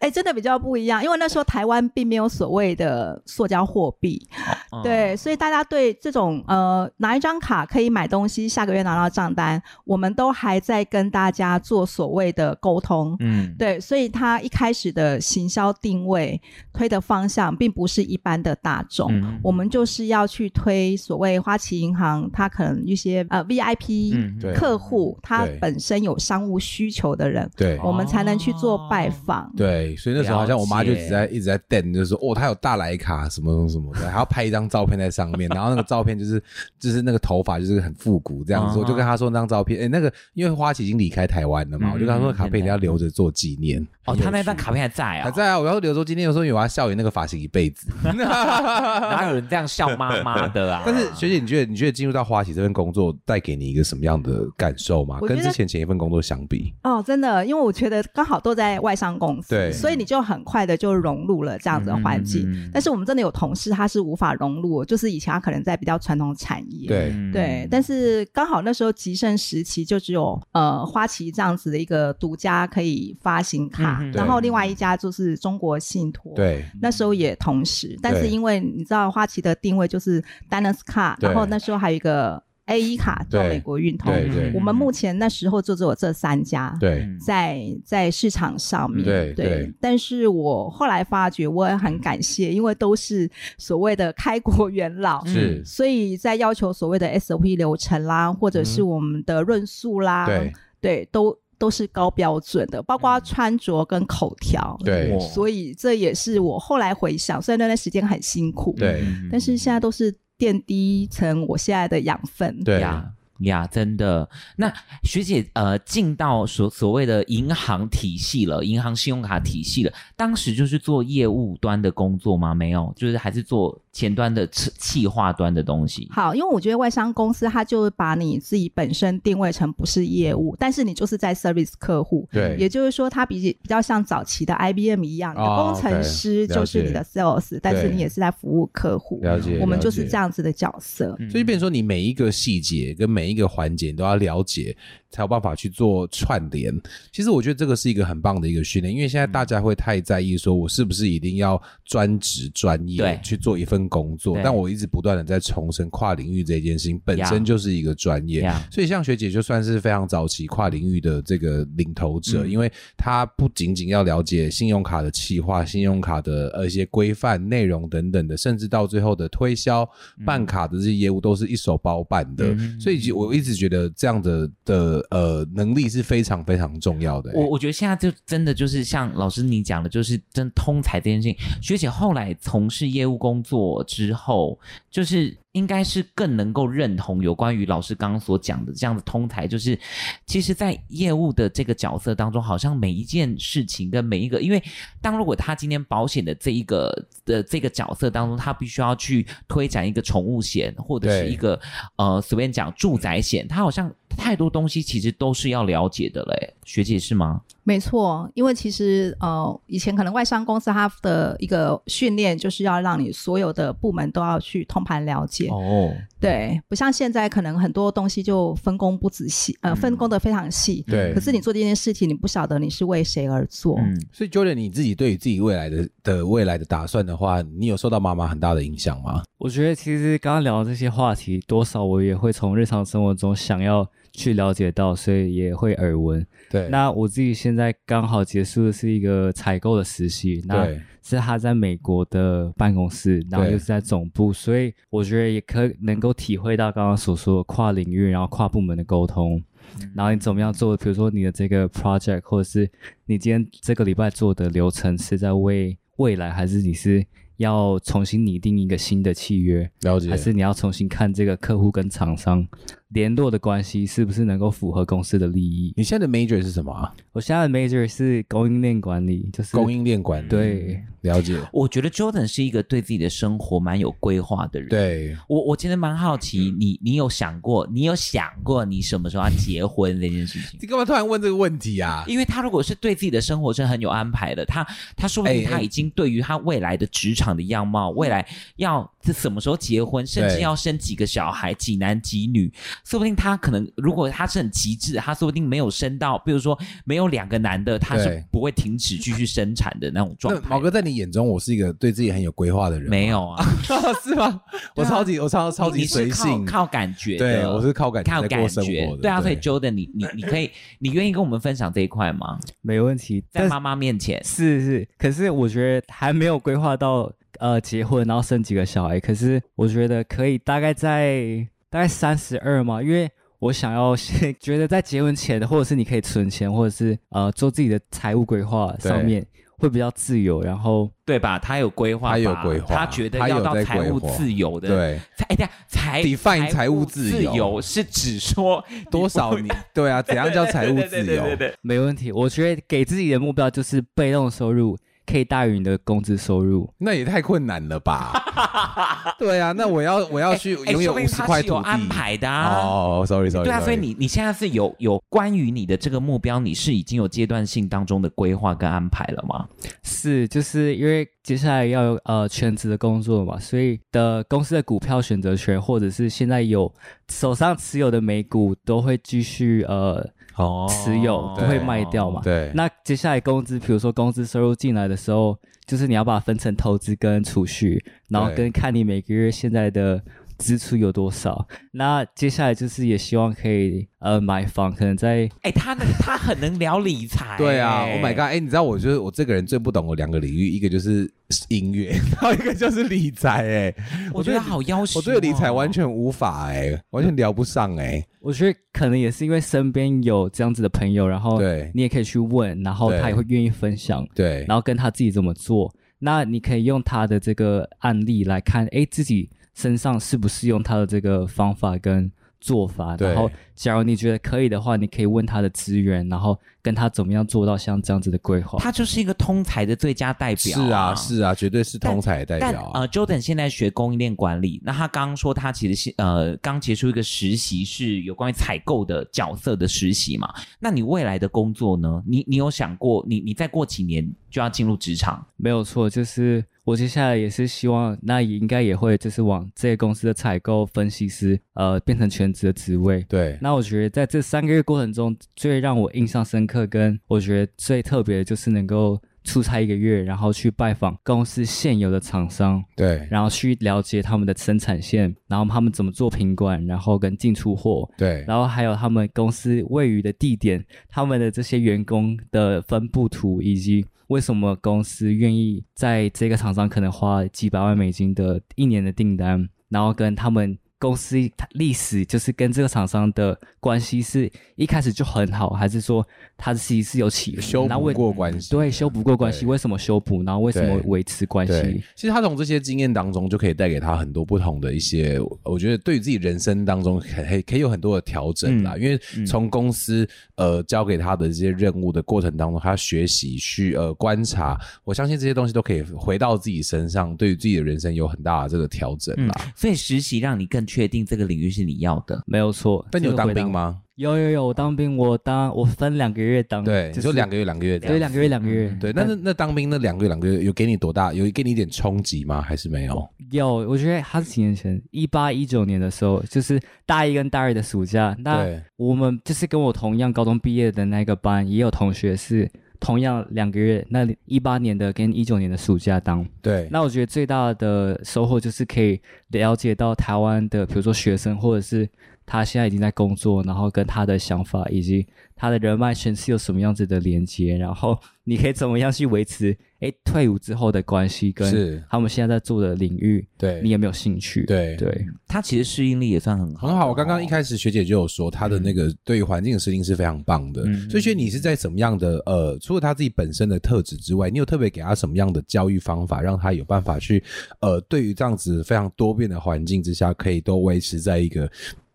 D: 哎，真的比较不一样，因为那时候台湾并没有所谓的塑胶货币，
C: 哦
B: 嗯，
D: 对，所以大家对这种呃拿一张卡可以买东西，下个月拿到账单，我们都还在跟大家做所谓的沟通。
B: 嗯，
D: 对，所以它一开始的行销定位推的方向，并不是一般的大众。
B: 嗯
D: 我们就是要去推所谓花旗银行，它可能一些呃 VIP
B: 嗯
C: 对
D: 客户，他
C: 对
D: 本身有商务需求的人，
C: 对
B: 哦
D: 我们才能去做拜访。
C: 对，所以那时候好像我妈就只在一直在瞪，就是说哦，她有大莱卡什么什么什么的，还要拍一张照片在上面，然后那个照片就是就是那个头发就是很复古这样
B: 啊
C: 子，
B: 哈
C: 我就跟她说那张照片，哎，那个因为花旗已经离开台湾了嘛，
B: 嗯
C: 我就跟她说卡片一定要留着做纪念。
B: 哦，他那张卡片还在啊、
C: 还，在啊，我要留着纪念，我说有啊，校园那个发型一辈子。
B: 哪有人这样笑妈妈的啊？
C: 啊但是学姐，你觉得你觉得进入到花旗这份工作带给你一个什么样的感受吗？
D: 我觉
C: 跟
D: 得
C: 之前前一份工作相比，
D: 哦，真的，因为我觉得刚好都在外商公司，
C: 对
D: 所以你就很快的就融入了这样子的环境。
B: 嗯嗯嗯嗯
D: 但是我们真的有同事，他是无法融入，就是以前他可能在比较传统产业，
C: 对
B: 嗯
D: 对，但是刚好那时候极盛时期就只有呃花旗这样子的一个独家可以发行卡，
B: 嗯
C: 对
D: 然后另外一家就是中国信托。。
C: 对
D: 那时候也同时，但是因为你知道花旗的定位就是 Diners 卡，
C: 对
D: 然后那时候还有一个 A 一卡叫
C: 对
D: 美国运通，
C: 对
B: 嗯
C: 对
D: 我们目前那时候就只有这三家
C: 对嗯
D: 在在市场上面。
C: 对对
D: 但是我后来发觉，我也很感谢，因为都是所谓的开国元老，
C: 嗯是，
D: 所以在要求所谓的 SOP 流程啦，或者是我们的论述
C: 嗯
D: 啦，
C: 对嗯
D: 对都都是高标准的，包括穿着跟口条。
C: 对
B: 哇
D: 所以这也是我后来回想，虽然那段时间很辛苦，
C: 对
B: 嗯
D: 但是现在都是奠定成我现在的养分。
C: 对
B: 呀呀，真的。那学姐，呃，进到所所谓的银行体系了，银行信用卡体系了，当时就是做业务端的工作吗？没有，就是还是做前端的企企划端的东西。
D: 好，因为我觉得外商公司它就把你自己本身定位成不是业务，但是你就是在 service 客户，
C: 对
D: 也就是说它比起比较像早期的 IBM 一样，你的
C: 哦
D: 工程师
C: OK，
D: 就是你的 sales，但是
C: 对
D: 你也是在服务客户，
C: 了解
D: 我们就
C: 了
D: 是
C: 解
D: 这样子的角色。
B: 嗯
C: 所以变成说你每一个细节跟每一个环节你都要了解，才有办法去做串联。其实我觉得这个是一个很棒的一个训练，因为现在大家会太在意说我是不是一定要专职专
B: 对
C: 业去做一份工作
B: 对，
C: 但我一直不断的在重申跨领域这件事情本
B: 呀
C: 身就是一个专业。
B: 呀
C: 所以像学姐就算是非常早期跨领域的这个领头者，
B: 嗯
C: 因为她不仅仅要了解信用卡的企划、信用卡的呃一些规范、内容等等的，甚至到最后的推销、办卡的这些业务都是一手包办的。
B: 嗯
C: 所以其实我一直觉得这样的的呃能力是非常非常重要的、欸
B: 我我觉得现在就真的就是像老师你讲的，就是真通才这件事情。学姐后来从事业务工作之后，就是应该是更能够认同有关于老师刚刚所讲的这样的通才，就是其实，在业务的这个角色当中，好像每一件事情跟每一个，因为当如果他今天保险的这一个的这个角色当中，他必须要去推展一个宠物险或者是
C: 对
B: 一个呃随便讲住宅险，他好像太多东西其实都是要了解的嘞。学姐是吗？
D: 没错，因为其实呃，以前可能外商公司它的一个训练就是要让你所有的部门都要去通盘了解，
B: 哦，
D: 对，不像现在可能很多东西就分工不仔细，呃，分工的非常细。
C: 嗯对
D: 可是你做这件事情，你不晓得你是为谁而做。
B: 嗯，
C: 所以 Jordan，你自己对于自己未来的的未来的打算的话，你有受到妈妈很大的影响吗？
E: 我觉得其实刚刚聊的这些话题，多少我也会从日常生活中想要去了解到，所以也会耳闻。
C: 对
E: 那我自己现在刚好结束的是一个采购的实习，那
C: 对
E: 是他在美国的办公室，然后
C: 对
E: 又是在总部，所以我觉得也可能够体会到刚刚所说的跨领域，然后跨部门的沟通，
C: 嗯
E: 然后你怎么样做，比如说你的这个 project，或者是你今天这个礼拜做的流程是在为未来，还是你是要重新拟定一个新的契约？
C: 了解
E: 还是你要重新看这个客户跟厂商联络的关系是不是能够符合公司的利益？
C: 你现在的 major 是什么啊？
E: 我现在的 major 是供应链管理，就是
C: 供应链管理。，
E: 对，
C: 了解。
B: 我觉得 Jordan 是一个对自己的生活蛮有规划的人。。
C: 对，嗯
B: 我我其实蛮好奇，你你有想过，你有想过你什么时候要结婚这件事 情？
C: 你干嘛突然问这个问题啊？
B: 因为他如果是对自己的生活是很有安排的，他他说不
C: 哎
B: 定
C: 哎嗯
B: 他已经对于他未来的职场的样貌，未来要这什么时候结婚，甚至
C: 对
B: 要生几个小孩，几男几女，说不定他可能如果他是很极致，他说不定没有生到，比如说没有两个男的，他是
C: 对
B: 不会停止继续生产的那种状
C: 那
B: 态。
C: 毛哥在你眼中，我是一个对自己很有规划的人吗，
B: 没有啊，
C: 是吗？我超级，我超超
B: 你
C: 级
B: 你是
C: 随性，
B: 靠靠感觉的
C: 对我是靠感
B: 靠
C: 觉在
B: 感
C: 过生
B: 觉
C: 活的。
B: 对啊，所以 Jordan，你你你可以，你愿意跟我们分享这一 块吗？
E: 没问题。
B: 在
E: 但
B: 妈妈面前，
E: 是是，可是我觉得还没有规划到呃结婚，然后生几个小孩。可是我觉得可以大概在大概三十二嘛，因为我想要先觉得在结婚前，或者是你可以存钱，或者是呃做自己的财务规划上
C: 对
E: 面会比较自由。然后
B: 对吧？他有规划吧，
C: 他有规划
B: 他觉得
C: 他有
B: 要到
C: 在
B: 财
C: 规
B: 务
C: 划
B: 自由的。，
C: 对
B: 财哎呀，财
C: Define 财务自
B: 自
C: 由
B: 由是指说
C: 多少你对啊？怎样叫财务
B: 对
C: 自
B: 对对
C: 由
B: 对？对
E: 没问题，我觉得给自己的目标就是被动收入可以大于你的工资收入。
C: 那也太困难了吧？对啊，那我要我要
B: 对，
C: 去
B: 哎
C: 拥有
B: 说不定
C: 五十
B: 他
C: 块
B: 是有
C: 土地
B: 安排的啊。
C: 哦，sorry sorry，
B: 对啊，所以你你现在是有有关于你的这个目标，你是已经有阶段性当中的规划跟安排了吗？
E: 是，就是因为接下来要有呃全职的工作嘛，所以的公司的股票选择权，或者是现在有手上持有的美股，都会继续呃
C: 哦
E: 持有，不会
C: 对
E: 卖掉嘛。
C: 对，
E: 那接下来工资，比如说工资收入进来的时候，就是你要把它分成投资跟储蓄，然后
C: 对
E: 跟看你每个月现在的支出有多少。那接下来就是也希望可以呃买房，可能在
B: 哎，他能他很能聊理财。
C: 对啊
B: 哎
C: ，Oh my god！哎、你知道我就是我这个人最不懂我两个领域，一个就是音乐， 然后一个就是理财、哎，
B: 我觉得好要求、
C: 我
B: 哦
C: 对理财完。全无法、哎，完全聊不上、哎，
E: 我觉得可能也是因为身边有这样子的朋友，然后
C: 对
E: 你也可以去问，然后
C: 对
E: 他也会愿意分享，
C: 对，
E: 然后跟他自己怎么做。那你可以用他的这个案例来看，诶，自己身上适不适用他的这个方法跟做法。
C: 对
E: 然后，假如你觉得可以的话，你可以问他的资源，然后跟他怎么样做到像这样子的规划。
B: 他就是一个通才的最佳代表、
C: 是啊，。是啊，绝对是通才代
B: 但
C: 表、啊
B: 呃，Jordan 现在学供应链管理，那他刚刚说他其实是呃刚结束一个实习，是有关于采购的角色的实习嘛？那你未来的工作呢？你你有想过，你你再过几年就要进入职场？
E: 没有错，就是我接下来也是希望，那也应该也会就是往这个公司的采购分析师，呃，变成全职的职位。
C: 对，
E: 那我觉得在这三个月过程中，最让我印象深刻，跟我觉得最特别的就是能够出差一个月，然后去拜访公司现有的厂商，
C: 对，
E: 然后去了解他们的生产线，然后他们怎么做品管，然后跟进出货。
C: 对，
E: 然后还有他们公司位于的地点，他们的这些员工的分布图，以及为什么公司愿意在这个厂商可能花几百万美金的一年的订单，然后跟他们公司历史就是跟这个厂商的关系是一开始就很好，还是说他其实是有起伏？
C: 修
E: 那
C: 补
E: 为
C: 过关系。啊
E: 对修补过关系，
C: 对
E: 为什么修补？然后为什么
C: 对
E: 维持关
C: 对
E: 系？，
C: 其实他从这些经验当中，就可以带给他很多不同的一些，我觉得对于自己人生当中可以可以有很多的调整
E: 嗯
C: 啦。因为从公司呃交给他的这些任务的过程当中，他学习去呃观察，我相信这些东西
E: 嗯
C: 都可以回到自己身上，对于自己的人生有很大的这个调整啦。
B: 所以实习让你更确定这个领域是你要的。
E: 没有错。
C: 但你有
E: 这个
C: 当
E: 回答
C: 兵？吗？
E: 有有有，我当兵，我当我分两个月当，
C: 对，
E: 就
C: 就是两个月，两个月这样嗯
E: 对两个月两个月。
C: 对，那那那当兵那两个月，两个月有给你多大？有给你一点冲击吗？还是没有？
E: 有，我觉得他是几年前，一八一九年的时候，就是大一跟大二的暑假，那
C: 对，
E: 我们就是跟我同样高中毕业的那个班，也有同学是同样两个月，那一八年的跟一九年的暑假当。
C: 对，
E: 那我觉得最大的收获就是可以了解到台湾的，比如说学生，或者是他现在已经在工作，然后跟他的想法以及他的人脉圈是有什么样子的连接，然后你可以怎么样去维持，诶，退伍之后的关系跟
C: 是，
E: 他们现在在做的领域，
C: 对，
E: 你有没有兴趣？
C: 对
E: 对，
B: 他其实适应力也算很好的哦，
C: 很好，啊我刚刚一开始学姐就有说，她的那个对于环境的适应是非常棒的。
B: 嗯
C: 所以学姐，你是在什么样的呃，除了她自己本身的特质之外，你有特别给她什么样的教育方法，让她有办法去呃，对于这样子非常多变的环境之下，可以都维持在一个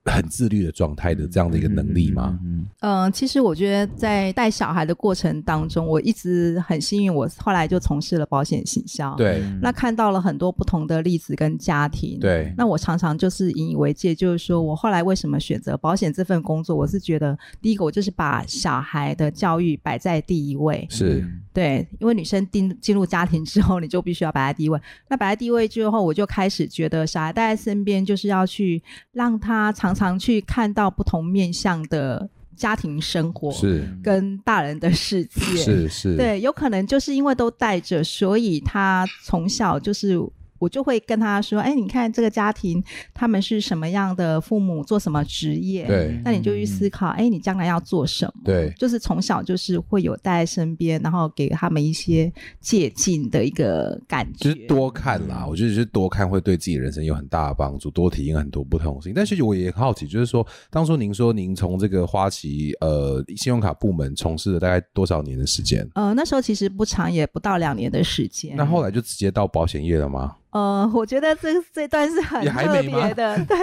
C: 很自律的状态的这样的一个能力吗？
B: 嗯，
D: 嗯，其实我觉得在带小孩的过程当中，我一直很幸运，我后来就从事了保险行销。，
C: 嗯对
D: 那看到了很多不同的例子跟家庭。。
C: 对
D: 那我常常就是引以为戒，就是说我后来为什么选择保险这份工作，我是觉得第一个我就是把小孩的教育摆在第一位，
C: 是
D: 对，因为女生进进入家庭之后，你就必须要摆在第一位。那摆在第一位之后，我就开始觉得小孩带在身边，就是要去让他常常去看到不同面向的家庭生活
C: 是
D: 跟大人的世界。
C: 是是，
D: 对，有可能就是因为都带着，所以他从小就是。我就会跟他说：“哎，你看这个家庭，他们是什么样的父母，做什么职业？
C: 对
D: 那你就去思考，哎，你将来要做什么？
C: 对
D: 就是从小就是会有带在身边，然后给他们一些借鉴的一个感觉。
C: 就是多看啦，嗯我觉得就是多看会对自己人生有很大的帮助，多体验很多不同的事情。但学姐，我也很好奇，就是说，当初您说您从这个花旗呃信用卡部门从事了大概多少年的时间？
D: 呃，那时候其实不长，也不到两年的时间。
C: 那后来就直接到保险业了吗？
D: 呃，我觉得这这段是很
C: 也还
D: 特
C: 没吗
D: 别的， 对，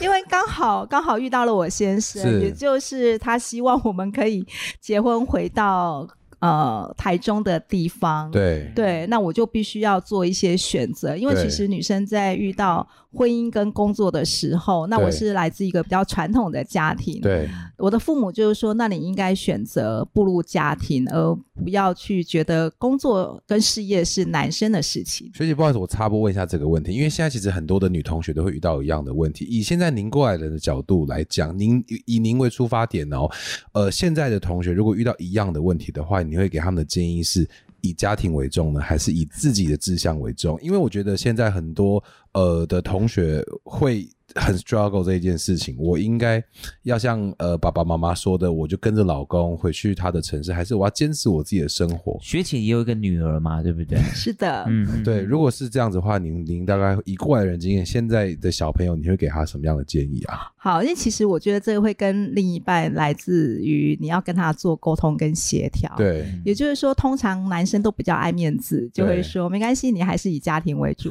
D: 因为刚好刚好遇到了我先
C: 是
D: 生，也就是他希望我们可以结婚回到呃台中的地方。
C: 对
D: 对，那我就必须要做一些选择，因为
C: 对
D: 其实女生在遇到婚姻跟工作的时候，那我
C: 对
D: 是来自一个比较传统的家庭，
C: 对
D: 我的父母就是说，那你应该选择步入家庭，而不要去觉得工作跟事业是男生的事情。
C: 学姐，不好意思，我插播问一下这个问题，因为现在其实很多的女同学都会遇到一样的问题。以现在您过来人的角度来讲，您以以您为出发点哦，呃，现在的同学如果遇到一样的问题的话，你会给他们的建议是以家庭为重呢，还是以自己的志向为重？因为我觉得现在很多呃的同学会。很 struggle 这一件事情，我应该要像呃爸爸妈妈说的，我就跟着老公回去他的城市，还是我要坚持我自己的生活？
B: 学姐也有一个女儿嘛，对不对？
D: 是的，
B: 嗯，
C: 对，如果是这样子的话，您您大概以过来人经验，现在的小朋友，你会给他什么样的建议啊？
D: 好，因为其实我觉得这会跟另一半来自于你要跟他做沟通跟协调。。
C: 对，
D: 也就是说，通常男生都比较爱面子，就
C: 对
D: 会说没关系，你还是以家庭为主。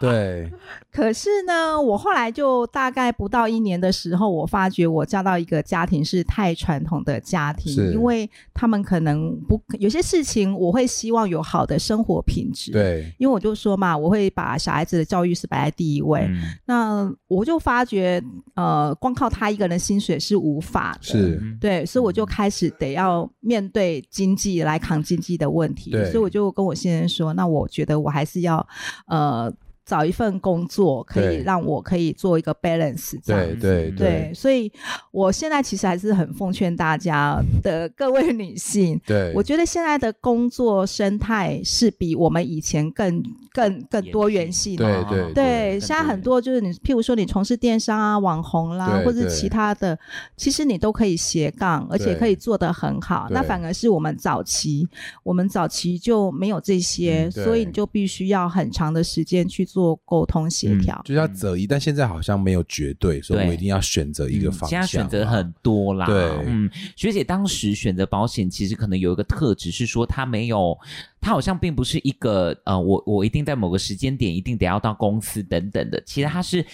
C: 对，
D: 可是呢，我后来就大概不到一年的时候，我发觉我嫁到一个家庭是太传统的家庭
C: 是，
D: 因为他们可能不有些事情，我会希望有好的生活品质。，
C: 对，
D: 因为我就说嘛，我会把小孩子的教育是摆在第一位。
B: 嗯
D: 那我就发觉，呃，光靠他一个人薪水是无法的。
C: 是，
B: 嗯
D: 对，所以我就
C: 嗯
D: 开始得要面对经济来扛经济的问题
C: 对，
D: 所以我就跟我先生说，那我觉得我还是要，呃，找一份工作，可以
C: 对
D: 让我可以做一个 balance 这样
C: 对，对，
D: 对，所以我现在其实还是很奉劝大家的各位女性，
C: 嗯对，
D: 我觉得现在的工作生态是比我们以前更更更多元性的。
C: 对对
D: 对，现在很多就是你，譬如说你从事电商啊、网红啦，
C: 对
D: 或者
C: 对
D: 是其他的，其实你都可以斜杠，而且可以做得很好。
C: 对
D: 那反而是我们早期，我们早期就没有这些，
C: 嗯对
D: 所以你就必须要很长的时间去做沟通协调。
C: 嗯就是要择一，但现在好像没有绝对，所以
B: 对
C: 我一定要选择一个
B: 嗯
C: 方
B: 现
C: 向。
B: 在选择很多啦。
C: 对
B: 嗯，学姐当时选择保险，其实可能有一个特质是说，她没有，她好像并不是一个呃，我我一定在某个时间点一定得要到公司等等的。其实她是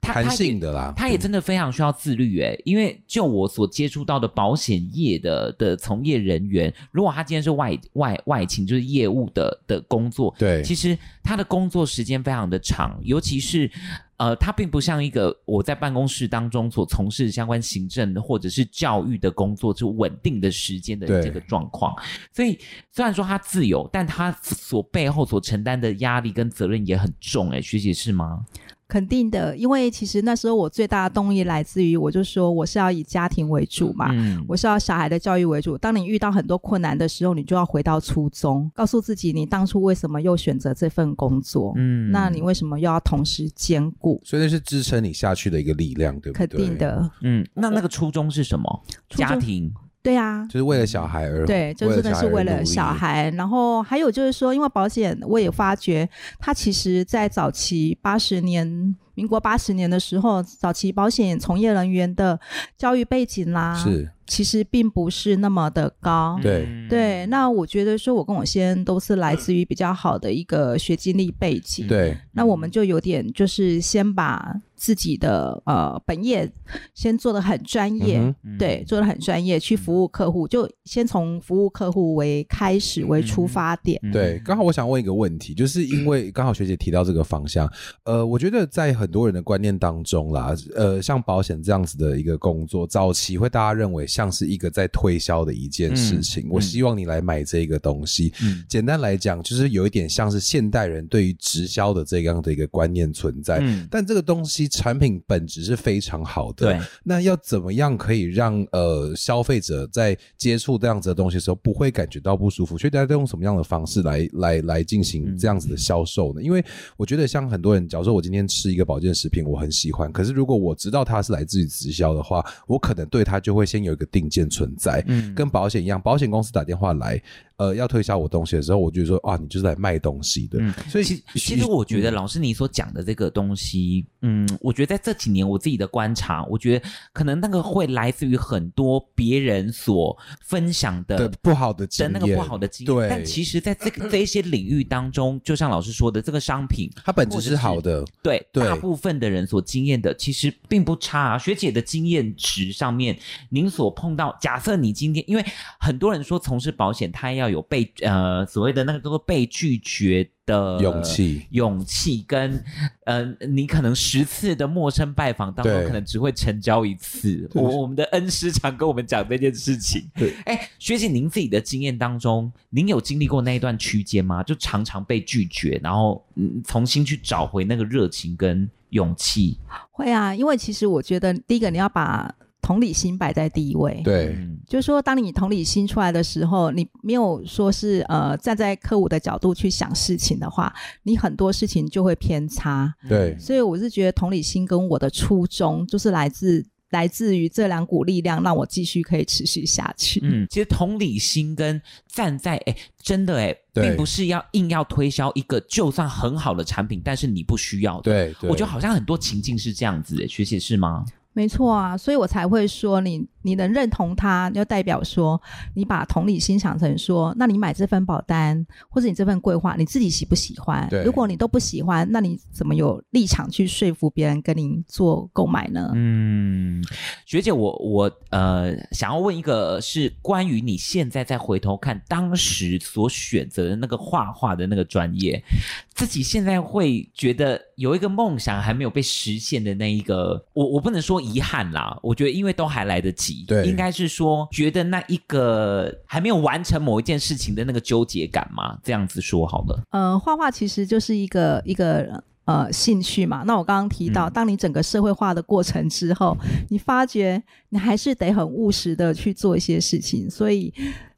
B: 她
C: 弹性的啦，嗯
B: 他也真的非常需要自律诶、因为就我所接触到的保险业的的从业人员，如果他今天是外外外勤，就是业务的的工作，
C: 对
B: 其实他的工作时间非常常的长，尤其是。呃，它并不像一个我在办公室当中所从事相关行政或者是教育的工作，就稳定的时间的
C: 对
B: 这个状况。所以虽然说它自由，但它所背后所承担的压力跟责任也很重、欸。哎，学姐是吗？
D: 肯定的，因为其实那时候我最大的动力来自于，我就说我是要以家庭为主嘛，
B: 嗯，
D: 我是要小孩的教育为主。当你遇到很多困难的时候，你就要回到初衷，告诉自己你当初为什么又选择这份工作，
B: 嗯
D: 那你为什么又要同时兼顾？
C: 所以那是支撑你下去的一个力量，对不对？
D: 肯定，的，
B: 嗯，那那个初衷是什么？
D: 初衷
B: 家庭，
D: 对啊，
C: 就是为了小孩而
D: 对，就真的是为了小
C: 孩
D: 孩。然后还有就是说，因为保险，我也发觉它其实在早期八十年。民国八十年的时候，早期保险从业人员的教育背景啦，
C: 而努力，是
D: 其实并不是那么的高。
C: 对
B: 嗯
D: 对，那我觉得说，我跟我先生都是来自于比较好的一个学经历背景。
C: 对，
D: 那我们就有点就是先把自己的呃本业先做的很专业，
C: 嗯
D: 对，做的很专业，去服务客户，就先从服务客户为开始为出发点。
B: 嗯
C: 对，刚好我想问一个问题，就是因 为刚好学姐提到这个方向，呃，我觉得在很多人的观念当中啦，呃，像保险这样子的一个工作，早期会大家认为像是一个在推销的一件事情，我希望你来买这个东西。
B: 嗯
C: 简单来讲，就是有一点像是现代人对于直销的这样的一个观念存在。
B: 嗯，
C: 但这个东西产品本质是非常好的，
B: 对，
C: 那要怎么样可以让呃消费者在接触这样子的东西的时候不会感觉到不舒服？所以大家都用什么样的方式来来来进
B: 嗯
C: 行这样子的销售呢？因为我觉得像很多人，假如说我今天吃一个保健食品，我很喜欢，可是如果我知道它是来自于直销的话，我可能对它就会先有一个定见存在。
B: 嗯
C: 跟保险一样，保险公司打电话来，呃，要推销我东西的时候，我就说啊，你就是来卖东西的。
B: 嗯
C: 所以嗯
B: 其其实我觉得老师你所讲的这个东西，嗯，我觉得在这几年我自己的观察，我觉得可能那个会来自于很多别人所分享
C: 的
B: 的。
C: 不好的经
B: 的
C: 验，
B: 那个不好的经验，
C: 对
B: 但其实，在这个这一些领域当中，就像老师说的，这个商品
C: 它本质是好的，
B: 对
C: 对
B: 大部分的人所经验的其实并不差、啊。学姐的经验值上面，您所碰到，假设你今天，因为很多人说从事保险，他要有被呃所谓的那个叫做被拒绝的
C: 勇气
B: 勇气跟呃，你可能十次的陌生拜访当中，
C: 对
B: 可能只会成交一次。我我们的恩师常跟我们讲这件事情。
C: 对，
B: 哎，学姐，您自己的经验当中，您有经历过那一段区间吗？就常常被拒绝，然后嗯，重新去找回那个热情跟勇气。
D: 会啊，因为其实我觉得，第一个你要把同理心摆在第一位。
C: 对。
B: 嗯
D: 就是说，当你同理心出来的时候，你没有说是呃站在客户的角度去想事情的话，你很多事情就会偏差。
C: 对
D: 所以我是觉得同理心跟我的初衷，就是来自来自于这两股力量，让我继续可以持续下去。
B: 嗯，其实同理心跟站在哎，真的哎，
C: 对
B: 并不是要硬要推销一个就算很好的产品，但是你不需要的。
C: 对，对
B: 我觉得好像很多情境是这样子，哎学姐是吗？
D: 没错啊，所以我才会说你你能认同它，就代表说你把同理心想成说，那你买这份保单或者你这份规划，你自己喜不喜欢
C: 对？
D: 如果你都不喜欢，那你怎么有立场去说服别人跟你做购买呢？
B: 嗯，学姐，我我呃，想要问一个是关于你现在再回头看当时所选择的那个画画的那个专业，自己现在会觉得有一个梦想还没有被实现的那一个，我我不能说遗憾啦，我觉得因为都还来得及，
C: 对
B: 应该是说觉得那一个还没有完成某一件事情的那个纠结感嘛，这样子说好了，
D: 呃，画画其实就是一个一个呃兴趣嘛。那我刚刚提到，
B: 嗯
D: 当你整个社会化的过程之后，你发觉你还是得很务实的去做一些事情，所以。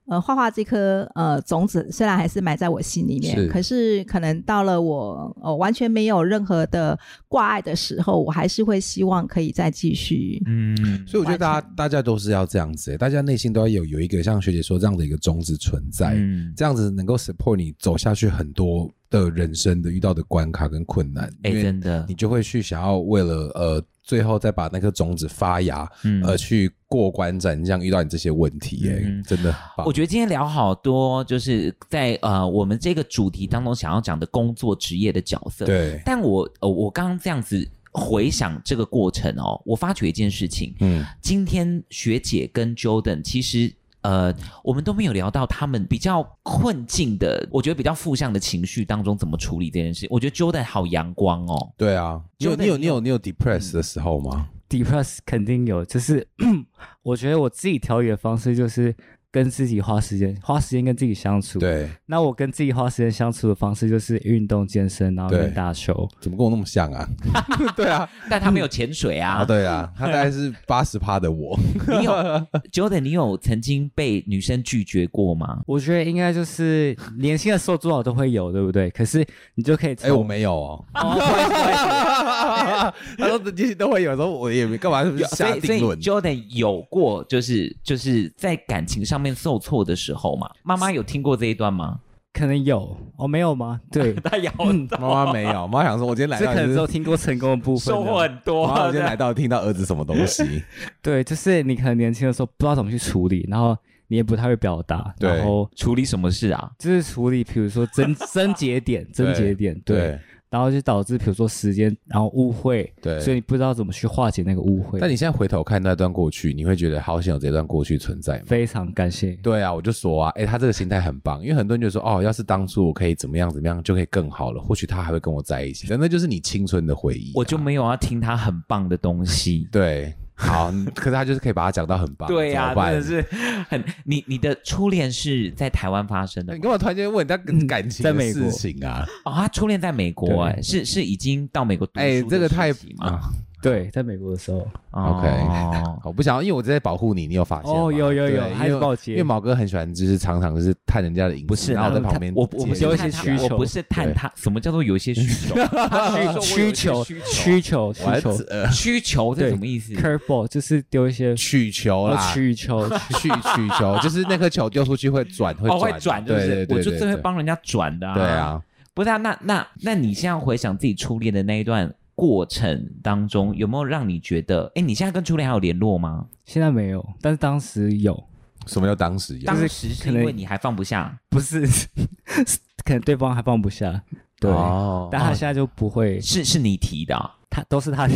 D: 呃，画画这颗呃种子虽然还是埋在我心里面，
C: 是
D: 可是可能到了我呃完全没有任何的挂碍的时候，我还是会希望可以再继续。
B: 嗯
C: 所以我觉得大家大家都是要这样子、欸，大家内心都要有有一个像学姐说这样的一个种子存在，
B: 嗯
C: 这样子能够 support 你走下去很多的人生的遇到的关卡跟困难，
B: 哎、
C: 因为
B: 真的
C: 你，就会去想要为了呃最后再把那颗种子发芽，
B: 嗯
C: 而去过关斩将遇到你这些问题、欸，
B: 嗯
C: 真的很棒
B: 我觉得今天聊好多，就是在呃我们这个主题当中想要讲的工作职业的角色。，
C: 对，
B: 但我呃我刚刚这样子回想这个过程哦，我发觉一件事情，
C: 嗯，
B: 今天学姐跟 Jordan 其实。呃，我们都没有聊到他们比较困境的，我觉得比较负向的情绪当中怎么处理这件事。我觉得 Jordan 好阳光哦，
C: 对啊，你有
B: 有的嗯
C: 你有你有你有 depress 的时候吗？
E: depress 肯定有，就是 我觉得我自己调理的方式就是跟自己花时间，花时间跟自己相处。，
C: 对，
E: 那我跟自己花时间相处的方式就是运动、健身，然后
C: 对
E: 跟打球。
C: 怎么跟我那么像啊？ 对啊，
B: 但他没有潜水啊。
C: 啊对啊，他大概是八十趴的我，
B: 你 有 Jordan，你有曾经被女生拒绝过吗？
E: 我觉得应该就是年轻的时候多少都会有，对不对？可是你就可以
C: 哎，我
E: 从
C: 没有哦。
E: 哦不好意思 不好意思
C: 他说这些都会有，时候我也没干嘛，是不是
B: 所
C: 下
B: 以，所以
C: 定论？
B: Jordan 有过就是就是在感情上面受挫的时候嘛？妈妈有听过这一段吗？嗯
E: 可能有哦，没有吗？ 对，嗯
B: 他有，
C: 妈妈没有，妈妈想说，我今天来
E: 这
C: 到
E: 可
C: 你
E: 能
C: 是
E: 只有听过成功的部分
B: 收
E: 的
B: 获很多
C: 妈。妈我今天来到听到儿子什么东 西，
E: 对，就是你可能年轻的时候不知道怎么去处理，然后你也不太会表达，
C: 对
E: 然后
B: 处理什么事啊？
E: 就是处理，比如说 争争节点，争节点，对，
C: 对
E: 然后就导致比如说时间，然后误会，
C: 对
E: 所以你不知道怎么去化解那个误会。
C: 但你现在回头看那段过去，你会觉得好想有这段过去存在吗？
E: 非常感谢，
C: 对啊，我就说啊，哎、他这个心态很棒，因为很多人就说，哦，要是当初我可以怎么样怎么样，就可以更好了，或许他还会跟我在一起。但那就是你青春的回忆啊、
B: 我就没有要听他很棒的 东西。
C: 对，好，可是他就是可以把它讲到很棒，
B: 对
C: 怎
B: 呀、
C: 么办
B: 真的。是很 你你的初恋是在台湾发生的
C: 你
B: 吗
C: 干嘛突然间问他感情
E: 在
C: 的
E: 美国
C: 事情啊？
B: 哦，他初恋在美国哎、
E: 对
B: 是是已经到美国读书
C: 哎
B: 的
C: 这个
B: 时
C: 太
B: 期吗、
E: 对，在美国的时候，
B: 哦
C: 我不想要，因为我在保护你，你有发现吗
E: 哦有有有
C: 对因为
E: 还是抱歉
C: 因为毛哥很喜欢，就是常常就是探人家的隐私，
B: 不是
C: 然
B: 啊，
C: 后我在旁边
B: 他我我
C: 解
B: 不是
C: 释
E: 有一
B: 探
E: 些
B: 他
E: 需
B: 我
E: 求
B: 不是探
C: 对
B: 他，什么叫做有一些需求？他是说我有一些
E: 需求需
C: 我
E: 求需求
C: 还呃
B: 需求这
E: 对
B: 什么意思？
E: curveball 就是丢一些哦
C: 取球啦，
E: 曲球，
C: 去取球，就是那颗球丢出去会转，会
B: 哦，
C: 转，啊
B: 会转是不是？
C: 对对对
B: 我就
C: 对
B: 真会
C: 对
B: 帮人家转的、
C: 对啊，
B: 不是啊，那那那你现在回想自己初恋的那一段过程当中，有没有让你觉得，哎，你现在跟初恋还有联络吗？
E: 现在没有，但是当时有，
C: 什么叫当时有
B: 当？时是
E: 可
B: 因
E: 能
B: 为你还放不下，
E: 不是，可能对方还放不下，对，
C: 哦
E: 但他现在就不会，
B: 是是你提的啊、
E: 他都是他的。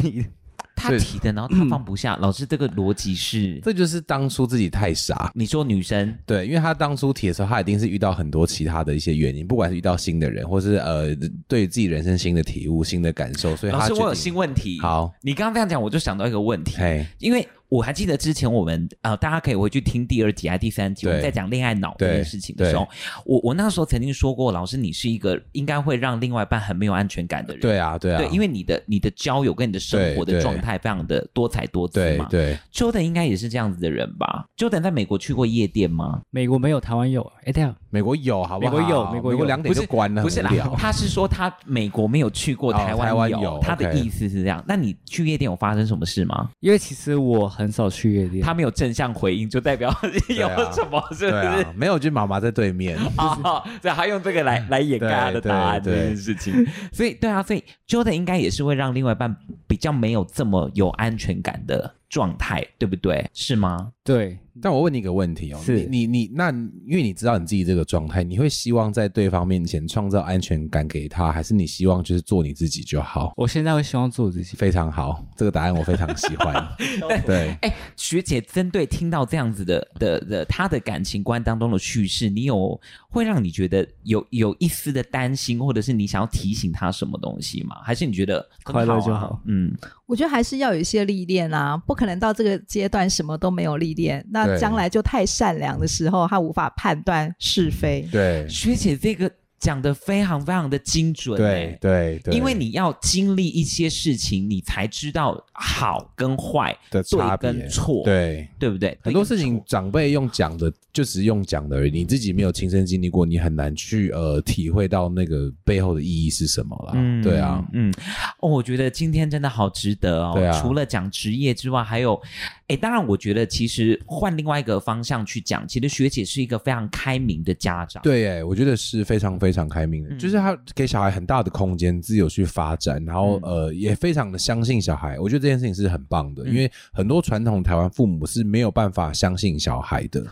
B: 他
C: 对
B: 提的，然后他放 不下。老师，这个逻辑是，
C: 这就是当初自己太傻。
B: 你说女生
C: 对，因为他当初提的时候，他一定是遇到很多其他的一些原因，不管是遇到新的人，或是呃对自己人生新的体悟、新的感受，所以
B: 老
C: 他
B: 师，
C: 决定
B: 我有新问题。，
C: 好，
B: 你刚刚这样讲，我就想到一个问题，
C: 嘿，
B: 因为我还记得之前我们呃，大家可以回去听第二集啊还是第三集，
C: 对
B: 我们在讲恋爱脑这件事情的时候，我我那时候曾经说过，老师，你是一个应该会让另外一半很没有安全感的人。
C: 对啊，对啊，
B: 对，因为你的你的交友跟你的生活
C: 对
B: 的
C: 对
B: 状态非常的多彩多姿
C: 对
B: 嘛。
C: 对
B: Jordan 应该也是这样子的人吧？Jordan 在美国去过夜店吗？
E: 美国没有，台湾有。哎，对啊，
C: 美国有，好不好？
E: 美国有美国有
C: 两点
B: 不
C: 就是关了，
B: 不是
C: 很
B: 啦
C: 无聊，
B: 他是说他美国没有去过，
C: 哦
B: 台
C: 台湾
B: 有
C: 有
B: 他的
C: OK
B: 意思是这样。那你去夜店有发生什么事吗？
E: 因为其实我很少去夜店，
B: 他没有正向回应，就代表 有
C: 啊
B: 什么，是
C: 对
B: 不是？
C: 啊，没有，就是妈妈在对面。
B: 哦，对，他用这个来来掩盖他的答案这
C: 对对
B: 件事情， 所以对啊，所以 Jordan 应该也是会让另外一半比较没有这么有安全感的状态，对不对？是吗？
E: 对，
C: 但我问你一个问题哦，
E: 是
C: 你你你，那因为你知道你自己这个状态，你会希望在对方面前创造安全感给他，还是你希望就是做你自己就好？
E: 我现在会希望做我自己。
C: 非常好，这个答案我非常喜 欢。对，
B: 哎，学姐，针对听到这样子的的的他的感情观当中的叙事，你有会让你觉得有有一丝的担心，或者是你想要提醒他什么东西吗？还是你觉得很
E: 快乐
B: 啊
E: 就好？
B: 嗯，
D: 我觉得还是要有一些历练啊，不可能到这个阶段什么都没有历练，那
C: 对
D: 将来就太善良的时候，他无法判断是非。
C: 对，
B: 学姐这个讲的非常非常的精准、哎
C: 对，对，对，
B: 欸因为你要经历一些事情，你才知道好跟坏、
C: 的差
B: 对
C: 别
B: 跟错，
C: 对。
B: 对不对？
C: 很多
B: 对跟
C: 事情
B: 错
C: 长辈用讲的，就只是用讲的而已。你自己没有亲身经历过，你很难去呃体会到那个背后的意义是什么啦。对啊，，
B: 嗯，哦，我觉得今天真的好值得哦。
C: 对啊
B: 除了讲职业之外，还有，哎，当然，我觉得其实换另外一个方向去讲，其实学姐是一个非常开明的家长。
C: 对，哎，我觉得是非常非常开明的，
B: 嗯
C: 就是他给小孩很大的空间，自由去发展，然后、
B: 嗯
C: 呃，也非常的相信小孩。我觉得这件事情是很棒
B: 嗯
C: 的，因为很多传统台湾父母是没有办法相信小孩 的。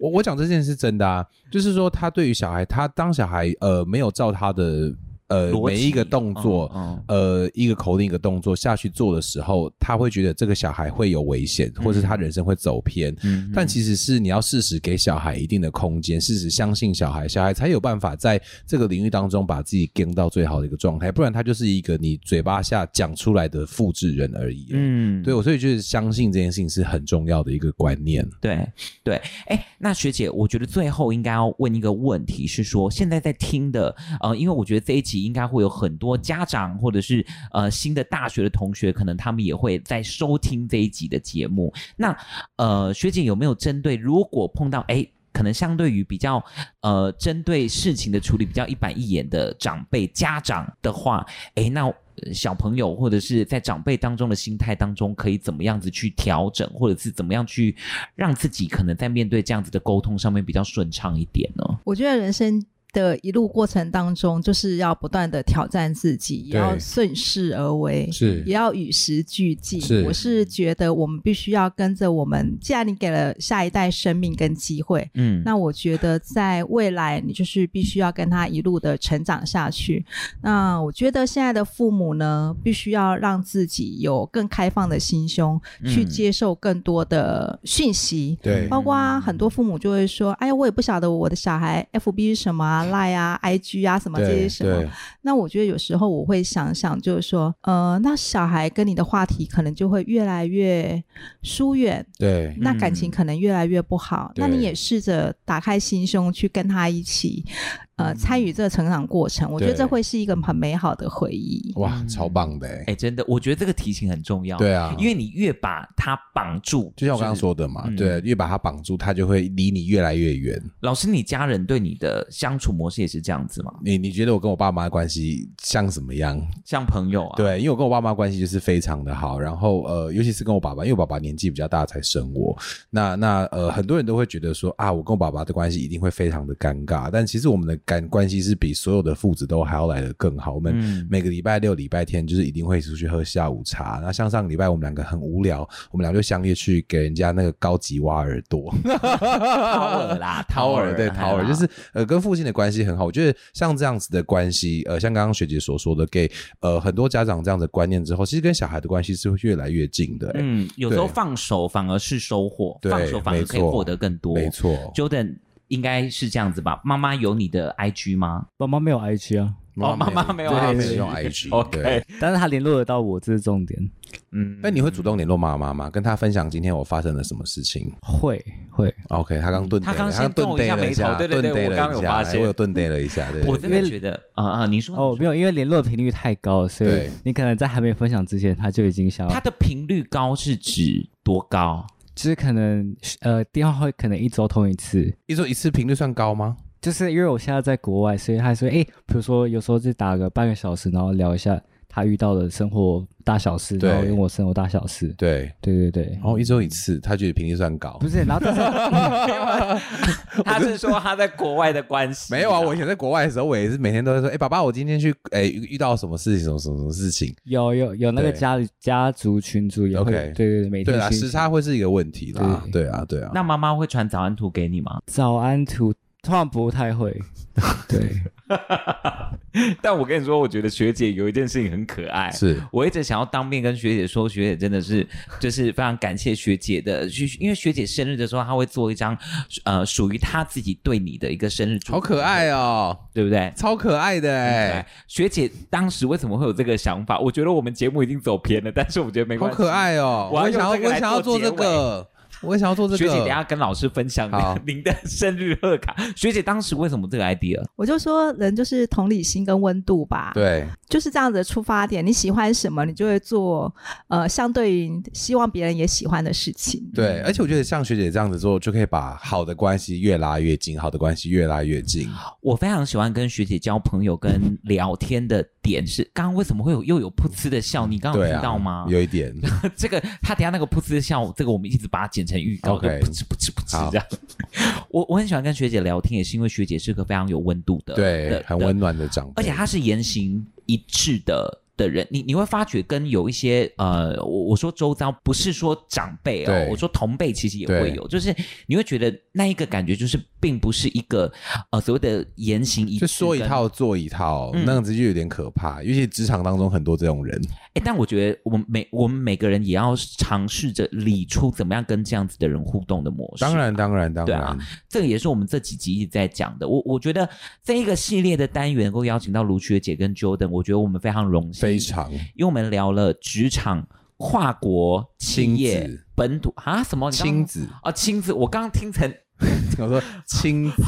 C: 我我讲这件事是真的啊，就是说他对于小孩，他当小孩呃没有照他的。呃
B: 逻辑
C: 每一个动作，
B: 嗯
C: 呃一个口令一个动作下去做的时候，他会觉得这个小孩会有危险，或是他人生会走偏。
B: 嗯
C: 但其实是你要适时给小孩一定的空间，适时相信小孩，小孩才有办法在这个领域当中把自己跟到最好的一个状态，不然他就是一个你嘴巴下讲出来的复制人而已。嗯，
B: 嗯
C: 对，我所以就是相信这件事情是很重要的一个观念。
B: 对对，哎，那学姐，我觉得最后应该要问一个问题，是说现在在听的，呃，因为我觉得这一集应该会有很多家长或者是呃新的大学的同学，可能他们也会在收听这一集的节目。那呃，学姐有没有针对如果碰到哎？可能相对于比较，呃，针对事情的处理比较一板一眼的长辈家长的话，哎，那呃小朋友或者是在长辈当中的心态当中，可以怎么样子去调整，或者是怎么样去让自己可能在面对这样子的沟通上面比较顺畅一点呢？
D: 我觉得人生的一路过程当中，就是要不断的挑战自己，也
C: 对
D: 要顺势而为，
C: 是
D: 也要与时俱进。
C: 是
D: 我是觉得我们必须要跟着我们，既然你给了下一代生命跟机会。
B: 嗯
D: 那我觉得，在未来你就是必须要跟他一路的成长下去。那我觉得现在的父母呢，必须要让自己有更开放的心胸，去
B: 嗯
D: 接受更多的讯息。
C: 对
B: 哦
D: 包括啊很多父母就会说：“哎呀，我也不晓得我的小孩 FB 是什么啊、Line 啊、IG 啊什么这些什么。”那我觉得有时候我会想想，就是说，呃，那小孩跟你的话题可能就会越来越疏远，
B: 嗯
C: 对
D: 那感情可能越来越不好。
C: 对
D: 那你也试着打开心胸去跟他一起，呃，参
B: 嗯
D: 与这个成长过程。我觉得
C: 对
D: 这会是一个很美好的回忆。
C: 哇，超棒的、欸！
B: 哎、真的，我觉得这个提醒很重要。
C: 对啊
B: 因为你越把它绑住，
C: 就像我刚刚
B: 是，
C: 说的嘛，
B: 嗯
C: 对，越把它绑住，它就会离你越来越远。
B: 老师，你家人对你的相处模式也是这样子吗？
C: 你你觉得我跟我爸妈的关系像什么样？
B: 像朋友啊，，
C: 对，因为我跟我爸妈关系就是非常的好，然后呃，尤其是跟我爸爸，因为我爸爸年纪比较大才生我，那那呃，很多人都会觉得说啊，我跟我爸爸的关系一定会非常的尴尬，但其实我们的感关系是比所有的父子都还要来的更好。我们
B: 嗯
C: 每个礼拜六、礼拜天就是一定会出去喝下午茶。那像上个礼拜我们两个很无聊，我们俩就相约去给人家那个高级挖耳朵，
B: 掏 耳啦，
C: 掏耳对
B: 哎
C: 掏耳，
B: 啦
C: 就是呃跟父亲的关系很好。我觉得像这样子的关系，呃，像刚刚学姐所说的，给呃很多家长这样的观念之后，其实跟小孩的关系是会越来越近的、欸
B: 嗯，有时候
C: 对
B: 放手反而是收获，
C: 对
B: 放手反而可以
C: 没错
B: 获得更多。
C: 没错，
B: ，Jordan 应该是这样子吧？妈妈有你的 IG 吗？
E: 妈妈没有 IG 啊，
B: 哦妈妈没有
C: 妈妈
B: IG
C: 没有用 IG。
B: OK
C: 对
E: 但是她联络得到我，这是重点。
B: 嗯，
C: 那你会主动联络妈妈吗？跟她分享今天我发生了什么事情
E: 会会，
C: ？OK，她刚顿
B: 嗯她
C: 呆
B: 刚
C: 了，
B: 先
C: 她顿
B: 皱一
C: 呆
B: 下
C: 了
B: 眉
C: 一
B: 头
C: 下，
B: 对对
C: 顿
B: 对
C: 呆
B: 我
C: 了
B: 刚
C: 一
B: 有
C: 下，
B: 发
C: 哎
B: 现
C: 我有顿呆了一下，对，
B: 我
C: 对
B: 真的觉得啊啊、你说
E: 哦，没有，因为联络频率太高，所以
C: 对
E: 你可能在还没分享之前，他就已经想要
B: 它，的频率高是指多 高？
E: 就是可能呃电话会可能一周通一次，
C: 一周一次频率算高吗？
E: 就是因为我现在在国外，所以他说，诶，比如说有时候就打个半个小时，然后聊一下他遇到的生活大小事，
C: 对
E: 然后跟我生活大小事，
C: 对，
E: 对对对
C: 然，后一周一次，她觉得频率算 高
E: 不。是，然后 但是
B: 他是说他在国外的关系
C: 没有啊，我以前在国外的时候，我也是每天都在说，哎、爸爸，我今天去，哎、遇遇到什么事情，什么什么什么事情。
E: 有有有那个
C: 对
E: 家里家族群组也会
C: OK
E: 对对对，每
C: 对
E: 天
C: 啦，
E: 讯息
C: 时差会是一个问题啦。
E: 对
C: 对啊，对啊。
B: 那妈妈会传早安图给你吗？
E: 早安图通常不太 会，对，
B: 但我跟你说，我觉得学姐有一件事情很可爱，
C: 是
B: 我一直想要当面跟学姐说，学姐真的是就是非常感谢学姐的，学因为学姐生日的时候，她会做一张呃属于她自己对你的一个生日祝福，
C: 好可爱哦、
B: 对不对？
C: 超可爱的哎、
B: 哎，学姐当时为什么会有这个想法？我觉得我们节目已经走偏了，但是我觉得没
C: 好
B: 关系。
C: 可爱哦、
B: 我要
C: 我也想要，我
B: 用这个
C: 也
B: 来
C: 想要做
B: 做结尾
C: 这个，我也想要做这个。
B: 学姐，等一下跟老师分享
C: 好
B: 您的 生日贺卡。学姐当时为什么这个 idea？
D: 我就说，人就是同理心跟温度吧。
C: 对
D: 就是这样子的出发点，你喜欢什么，你就会做呃，相对于希望别人也喜欢的事情。
B: 嗯
C: 对，而且我觉得像学姐这样子做，就可以把好的关系越拉越近，好的关系越拉越近。
B: 我非常喜欢跟学姐交朋友跟聊天的点是，刚刚为什么会有又有噗嗤的笑？你刚刚
C: 对
B: 有
C: 啊
B: 听到吗？，
C: 有一 点。
B: 这个他等一下那个噗嗤的笑，这个我们一直把它剪成预告，就
C: OK
B: 噗嗤噗嗤噗嗤
C: 好
B: 这样。 我我很喜欢跟学姐聊天，也是因为学姐是个非常有温度的，
C: 对
B: 的，
C: 很
B: 的
C: 温暖的长辈，
B: 而且他是言行一致的的人，你你会发觉跟有一些呃，我我说周遭不是说长辈哦
C: 对，
B: 我说同辈其实也
C: 对
B: 会有，就是你会觉得那一个感觉就是并不是一个呃所谓的言行一
C: 就
B: 致跟，
C: 说一套做一套，
B: 嗯
C: 那样子就有点可怕。尤其职场当中很多这种人，
B: 哎，但我觉得我们每我们每个人也要尝试着理出怎么样跟这样子的人互动的模式。
C: 当然，当然，当
B: 啊对
C: 然，
B: 啊这个也是我们这几集一直在讲的。我我觉得这一个系列的单元能够邀请到卢学姐跟 Jordan，我觉得我们非常荣幸，
C: 非常
B: 因为我们聊了职场、跨国企业
C: 亲子、
B: 本土啊什么你刚刚
C: 亲子。
B: 哦亲子，我刚刚听成
C: 我说亲子，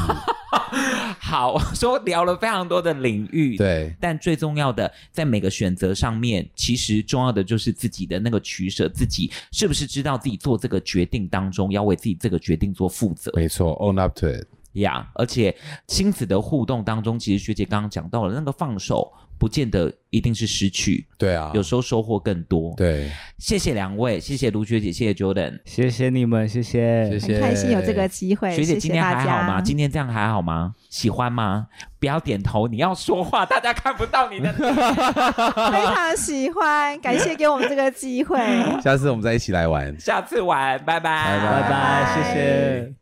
B: 好，我说聊了非常多的领域，。
C: 对，
B: 但最重要的，在每个选择上面，其实重要的就是自己的那个取舍，自己是不是知道自己做这个决定当中要为自己这个决定做负责
C: 没错，own up to it。
B: 呀。而且亲子的互动当中，其实学姐刚刚讲到了那个放手，不见得一定是失去，
C: 对啊，
B: 有时候收获更多。，
C: 对，
B: 谢谢两位，谢谢卢学姐，谢谢 Jordan。
E: 谢谢你们，谢谢，
C: 谢谢
D: 很开心有这个机会，
B: 学姐今
D: 谢谢
B: 天
D: 大
B: 还好
D: 家。
B: 吗？今天这样还好吗？喜欢吗？不要点头，你要说话，大家看不到你的
D: 非常喜欢，感谢给我们这 个机会。
C: 下次我们再一起来玩。
B: 下次玩，拜拜，
C: 拜
E: 拜拜，谢谢。